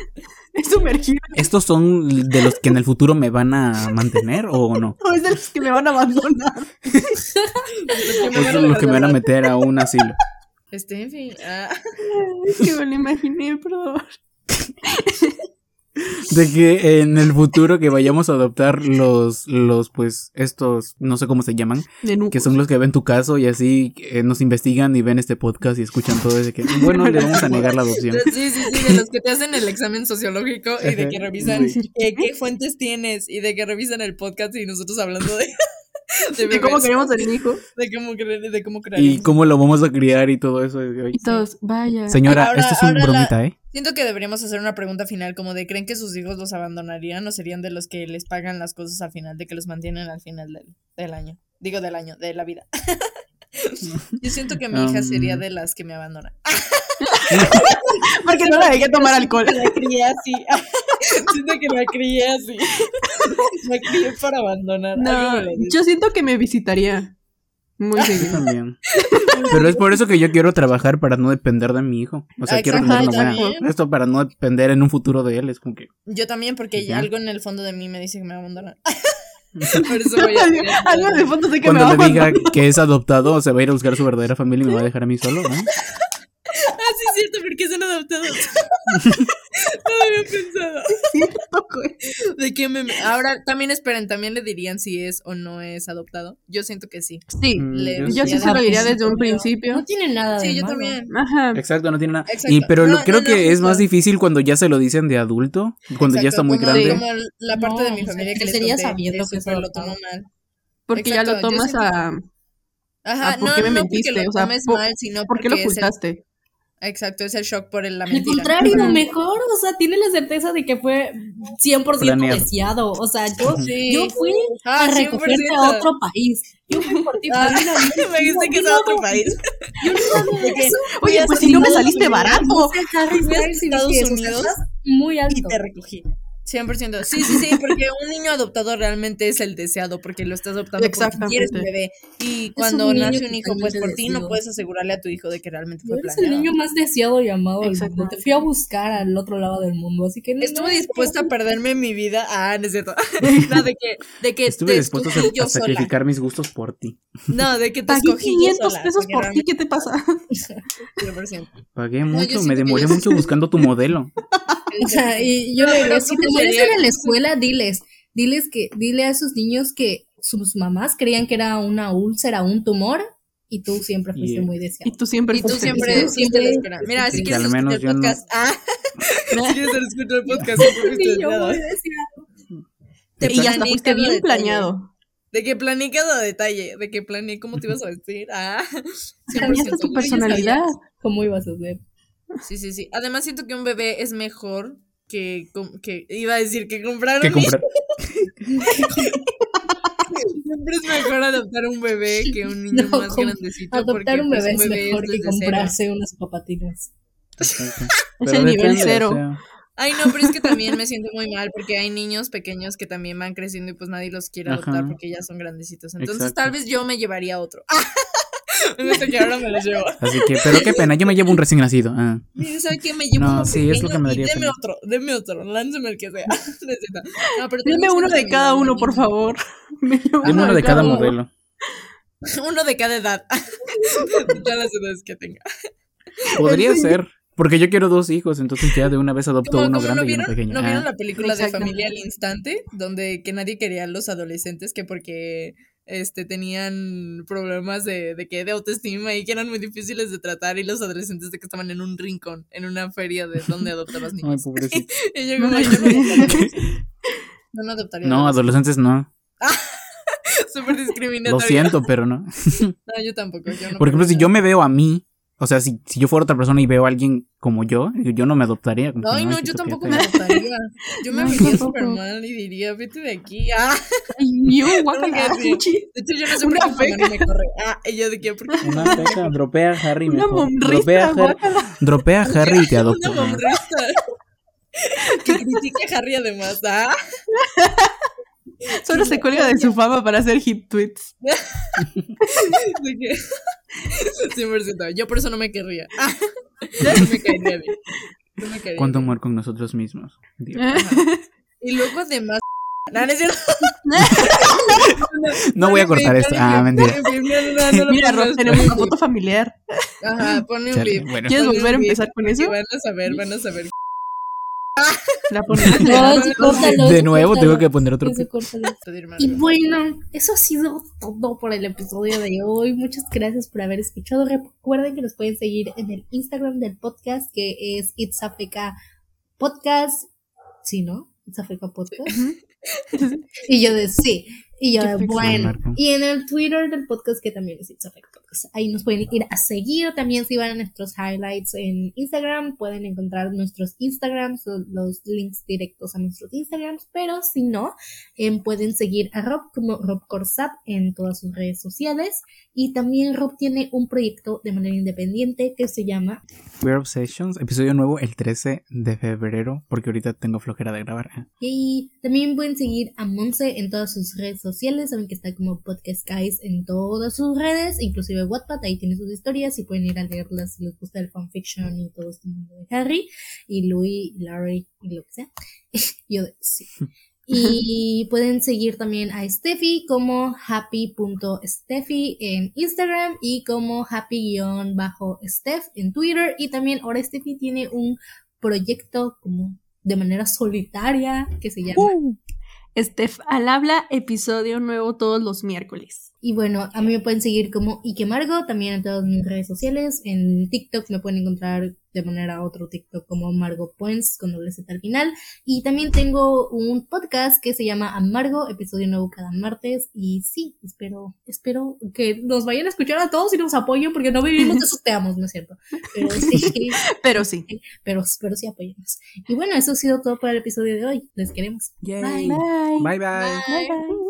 G: Es sumergido.
H: ¿Estos son de los que en el futuro me van a mantener o no?
G: No es de los que me van a abandonar.
A: Porque me
H: ¿O
A: van a
H: son los que me van a
A: regalar.
H: meter a un asilo?
A: Este, en fin. ah.
G: Es que me lo imaginé, perdón.
H: De que en el futuro que vayamos a adoptar los, los, pues, estos, no sé cómo se llaman,
G: De nuevo.
H: que son los que ven tu caso y así eh, nos investigan y ven este podcast y escuchan todo ese que, bueno, le vamos a negar la adopción.
A: Sí, sí, sí, de los que te hacen el examen sociológico y de que
H: Ajá,
A: revisan
G: sí.
A: eh, qué fuentes tienes y de que revisan el podcast y nosotros hablando de, de,
G: De cómo
A: bebés,
G: queremos al hijo.
A: de cómo cre- de cómo crear.
H: Y cómo lo vamos a criar y todo eso. y, ay,
G: Y todos, vaya.
H: Señora,
A: Ahora-
H: esto es un
A: ahora la-
H: bromita, ¿eh?
A: Siento que deberíamos hacer una pregunta final como de ¿creen que sus hijos los abandonarían o serían de los que les pagan las cosas al final, de que los mantienen al final del, del año? Digo del año, de la vida. Yo siento que mi hija sería
H: Um.
A: de las que me abandona.
G: Porque no la dejé tomar alcohol.
A: La crié así. siento que la crié así. La crié para abandonar. Algo
G: No,
A: me lo dice.
G: yo siento que me visitaría muy
H: Yo
G: seguido.
H: también. Pero es por eso que yo quiero trabajar para no depender de mi hijo. O sea, quiero tener
A: Exacto,
H: una buena.
A: yo también.
H: Esto para no depender en un futuro de él. Es como que.
A: Yo también, porque
H: Ya.
A: algo en el fondo de mí me dice que me va a abandonar. Por eso voy a hacer esto.
G: Algo de fondo sé que me
H: Cuando
G: va a
H: le diga
G: mandar.
H: que es adoptado, se va a ir a buscar a su verdadera familia y me va a dejar a mí solo, ¿no?
A: Ah, sí, es cierto, porque son adoptados. no lo había pensado. De que me- ahora también esperen, también le dirían si es o no es adoptado. Yo siento que sí.
G: Sí,
H: Mm, yo
G: yo sí
H: sí.
G: se lo diría desde un principio.
F: No tiene nada de
A: Sí, yo
F: malo.
A: también.
G: Ajá.
H: Exacto, no tiene nada.
A: Exacto.
H: Y pero lo-
A: No, no,
H: creo
A: no,
H: que es más
A: justo.
H: difícil cuando ya se lo dicen de adulto, cuando ya
A: Exacto,
H: está muy
A: como-
H: grande.
A: Como la parte de mi
F: No,
A: familia
F: o sea,
A: que les
F: crecería
A: conté,
F: sabiendo
A: que
F: que es
A: súper lo tomó
F: adoptado.
A: mal.
G: Porque ya lo
A: Exacto, yo
G: tomas
A: siento-
G: a.
A: Ajá,
G: Ah, ¿por
A: no,
G: qué me
A: no
G: mentiste?
A: porque lo
G: O sea,
A: tomes
G: ¿por-
A: mal, sino
G: ¿Por
A: porque
G: qué lo
A: es el-
G: ocultaste?
A: Exacto, es el shock por el, la
F: Al
A: mentira.
F: contrario, mejor, o sea, tiene la certeza de que fue 100%
H: Planeado.
F: deseado. O sea, yo,
A: Sí.
F: yo fui
A: Ah,
F: a recogerte
A: 100%.
F: a otro país. Yo fui por ti.
A: Ah,
F: por una vida.
A: me dijiste que es a otro país.
F: Yo no sabía
A: De que,
F: eso.
G: Oye,
A: Oye,
G: pues
A: si
G: si no
A: no
G: me
A: lo
G: saliste barato.
F: Fuiste a Harry
A: fui a
F: Styles y
A: Estados
F: dije, o sea,
A: Unidos
F: estás muy alto.
A: Y te recogí. 100%. Sí, sí, sí, porque un niño adoptado realmente es el deseado, porque lo estás adoptando porque
G: Exactamente.
A: quieres un bebé. Y
F: un
A: cuando
F: niño
A: nace un hijo, pues
F: totalmente
A: por ti no
F: deseado.
A: puedes asegurarle a tu hijo de que realmente fue
F: Eres el
A: planeado.
F: niño más deseado y amado del
G: Exactamente.
F: mundo. Te fui a buscar al otro lado del mundo, así que no.
A: Estuve dispuesta a perderme mi vida. Ah, no es cierto. No, de que, de que
H: Estuve
A: te
H: dispuesto
A: escogí
H: a,
A: "Este yo
H: a
A: sola.
H: sacrificar mis gustos por ti.
A: No, de que te
G: Pagué
A: escogí
G: 500
A: yo sola.
G: pesos
A: porque
G: por ti, ¿qué te pasa?
A: realmente 100%.
H: Pagué
A: yo
H: mucho,
A: siento
H: me
A: que
H: demoré
A: yo-
H: mucho buscando tu modelo.
F: O sea, y yo
A: No,
F: le
A: pero
F: digo, pues, si
A: ¿cómo
F: te mueres
A: sería?
F: en la escuela, diles, diles que, dile a esos niños que sus mamás creían que era una úlcera, un tumor, y tú siempre fuiste
H: Yeah.
F: muy
G: Y
F: deseado.
G: tú siempre
A: Y tú
G: fuiste
A: siempre,
G: deseado.
A: siempre lo esperas. Mira,
H: Y
A: así
H: que
A: quieres
H: al
A: escuchar
H: menos
A: el
H: yo no-
A: podcast. Ah, si quieres escuchar el podcast, siempre fuiste
F: Y yo
A: deseado.
F: muy deseado.
A: Te
G: Y hasta
A: planeé
G: fuiste
A: cada
G: bien
A: detalle.
G: planeado.
A: De que planeé cada detalle, de que planeé cómo te ibas a vestir. Ah, 100%.
G: Planeaste
A: Yo
G: tu
A: ya sabía.
G: personalidad.
F: ¿Cómo ibas a hacer?
A: Sí, sí, sí. Además, siento que un bebé es mejor que. com- que iba a decir que compraron.
H: Que compré.
A: Siempre es mejor adoptar un bebé que un niño
F: No,
A: más
F: com-
A: grandecito.
F: Adoptar
A: porque,
F: un
A: pues,
F: bebé es mejor
A: es
F: que
A: desde cero.
F: comprarse unas papatinas.
H: Pero
G: el nivel
H: depende,
G: cero.
H: o sea,
A: Ay, no, pero es que también me siento muy mal porque hay niños pequeños que también van creciendo y pues nadie los quiere adoptar
H: Ajá.
A: porque ya son grandecitos. Entonces,
H: Exacto.
A: tal vez yo me llevaría otro. No sé que ahora me los llevo.
H: así que, pero qué pena, yo me llevo un recién nacido. ah.
A: Mire, ¿sabe qué? Me llevo
H: No,
A: uno
H: sí, es lo
A: pequeño
H: que me
A: y
H: daría
A: Deme
H: pena.
A: otro, deme otro, lánceme el que sea. No es cierto. No, pero
G: Dime
A: tenemos
G: uno
A: que
G: de cada
A: terminar
G: uno, por favor. Me llevo
H: Dame uno de cada
G: uno.
H: modelo.
A: Uno de cada edad. De todas las edades que tenga.
H: Podría ser, porque yo quiero dos hijos, entonces ya de una vez adopto
A: Como-
H: uno
A: como ¿no
H: grande y uno
A: vieron,
H: pequeño.
A: ¿no
H: Ah,
A: vieron la película de
G: Exacto.
A: Familia al Instante? Donde que nadie quería a los adolescentes que porque este tenían problemas de, de que de autoestima y que eran muy difíciles de tratar y los adolescentes de que estaban en un rincón, en una feria de donde adoptar a los
H: Ay,
A: niños.
H: pobrecito.
A: y yo como, yo no adoptaría. Yo no adoptaría.
H: No, adolescentes no.
A: Súper discriminatorio.
H: Lo siento, pero no.
A: No, yo tampoco. Yo no
H: Por ejemplo, si
A: podría.
H: yo me veo a mí, o sea, si, si yo fuera otra persona y veo a alguien como yo, yo no me adoptaría. como que,
A: Ay, no, yo
H: chiquito,
A: tampoco
H: qué
A: me
H: feo.
A: adoptaría. Yo me
G: No,
A: vería
G: tampoco.
A: súper mal y diría, vete de aquí. Ah,
G: Ay, yo, guácala.
A: Porque sí. de hecho, yo no sé por
G: Una
A: qué mi mamá
G: feca.
A: no me corre. Ah, y yo de qué, porque
H: Una feca, dropea a Harry
G: Una
H: mejor.
G: monrista,
H: Dropea a Harry,
G: guácala.
H: dropea a Harry y te adopto.
A: una mamrista. que critique a Harry además. Ah,
G: Solo se cuelga de su fama para hacer hip tweets.
A: de que. 100%. Yo por eso no me querría. Ah, no me caería bien. No me caería
H: ¿Cuánto
A: bien.
H: amor con nosotros mismos? Dios.
A: Y luego además. No, no es cierto.
H: No voy a cortar esto. Ah, mentira.
G: Mira, Rob, tenemos una foto familiar.
A: Ajá, ponle un
H: Chale,
A: clip.
H: bueno.
G: ¿Quieres
A: Ponle un
G: volver a
A: clip,
G: empezar con
A: porque
G: eso?
A: Van a saber, van a saber.
G: La ponemos en la-
F: No, eso córtalo,
H: De
F: eso
H: nuevo
F: córtalo,
H: tengo que poner otro.
F: eso córtalo.
A: pedir más.
F: Y bueno, eso ha sido todo por el episodio de hoy. Muchas gracias por haber escuchado. Recuerden que nos pueden seguir en el Instagram del podcast, que es It's Africa Podcast. ¿Sí, no? It's Africa Podcast. y yo de sí. Y yo de
G: Qué
F: bueno.
H: pixel, Marco.
F: Y en el Twitter del podcast, que también es It's Africa Podcast. Ahí nos pueden ir a seguir. También si van a nuestros highlights en Instagram, pueden encontrar nuestros Instagrams, o los links directos a nuestros Instagrams. Pero si no, em, pueden seguir a Rob como Rob Corsap en todas sus redes sociales. Y también Rob tiene un proyecto de manera independiente que se llama
H: Weird Obsessions, episodio nuevo el 13 de febrero, porque ahorita tengo flojera de grabar. Ah.
F: Y también pueden seguir a Monse en todas sus redes sociales. Saben que está como Podcast Guys en todas sus redes, inclusive Wattpad. Ahí tiene sus historias y pueden ir a leerlas si les gusta el fanfiction y todo este mundo de Harry y Louis, y Larry y lo que sea. Yo de- sí. Y pueden seguir también a Steffi como happy.steffi en Instagram y como happy-steph en Twitter. Y también ahora Steffi tiene un proyecto como de manera solitaria, que se llama.
H: Uh.
G: Steph al habla, episodio nuevo todos los miércoles.
F: Y bueno, a mí me pueden seguir como Ikemargo, también en todas mis redes sociales. En TikTok me pueden encontrar de manera otro TikTok como Margo Points con doble Z al final. Y también tengo un podcast que se llama Amargo, episodio nuevo cada martes. Y sí, espero, espero que nos vayan a escuchar a todos y nos apoyen porque no vivimos de sus te amos, ¿no es cierto? Pero sí,
G: Pero sí.
F: pero, pero sí apoyemos. Y bueno, eso ha sido todo para el episodio de hoy. Les queremos.
H: Yay.
F: Bye.
H: Bye bye.
D: Bye.
G: bye.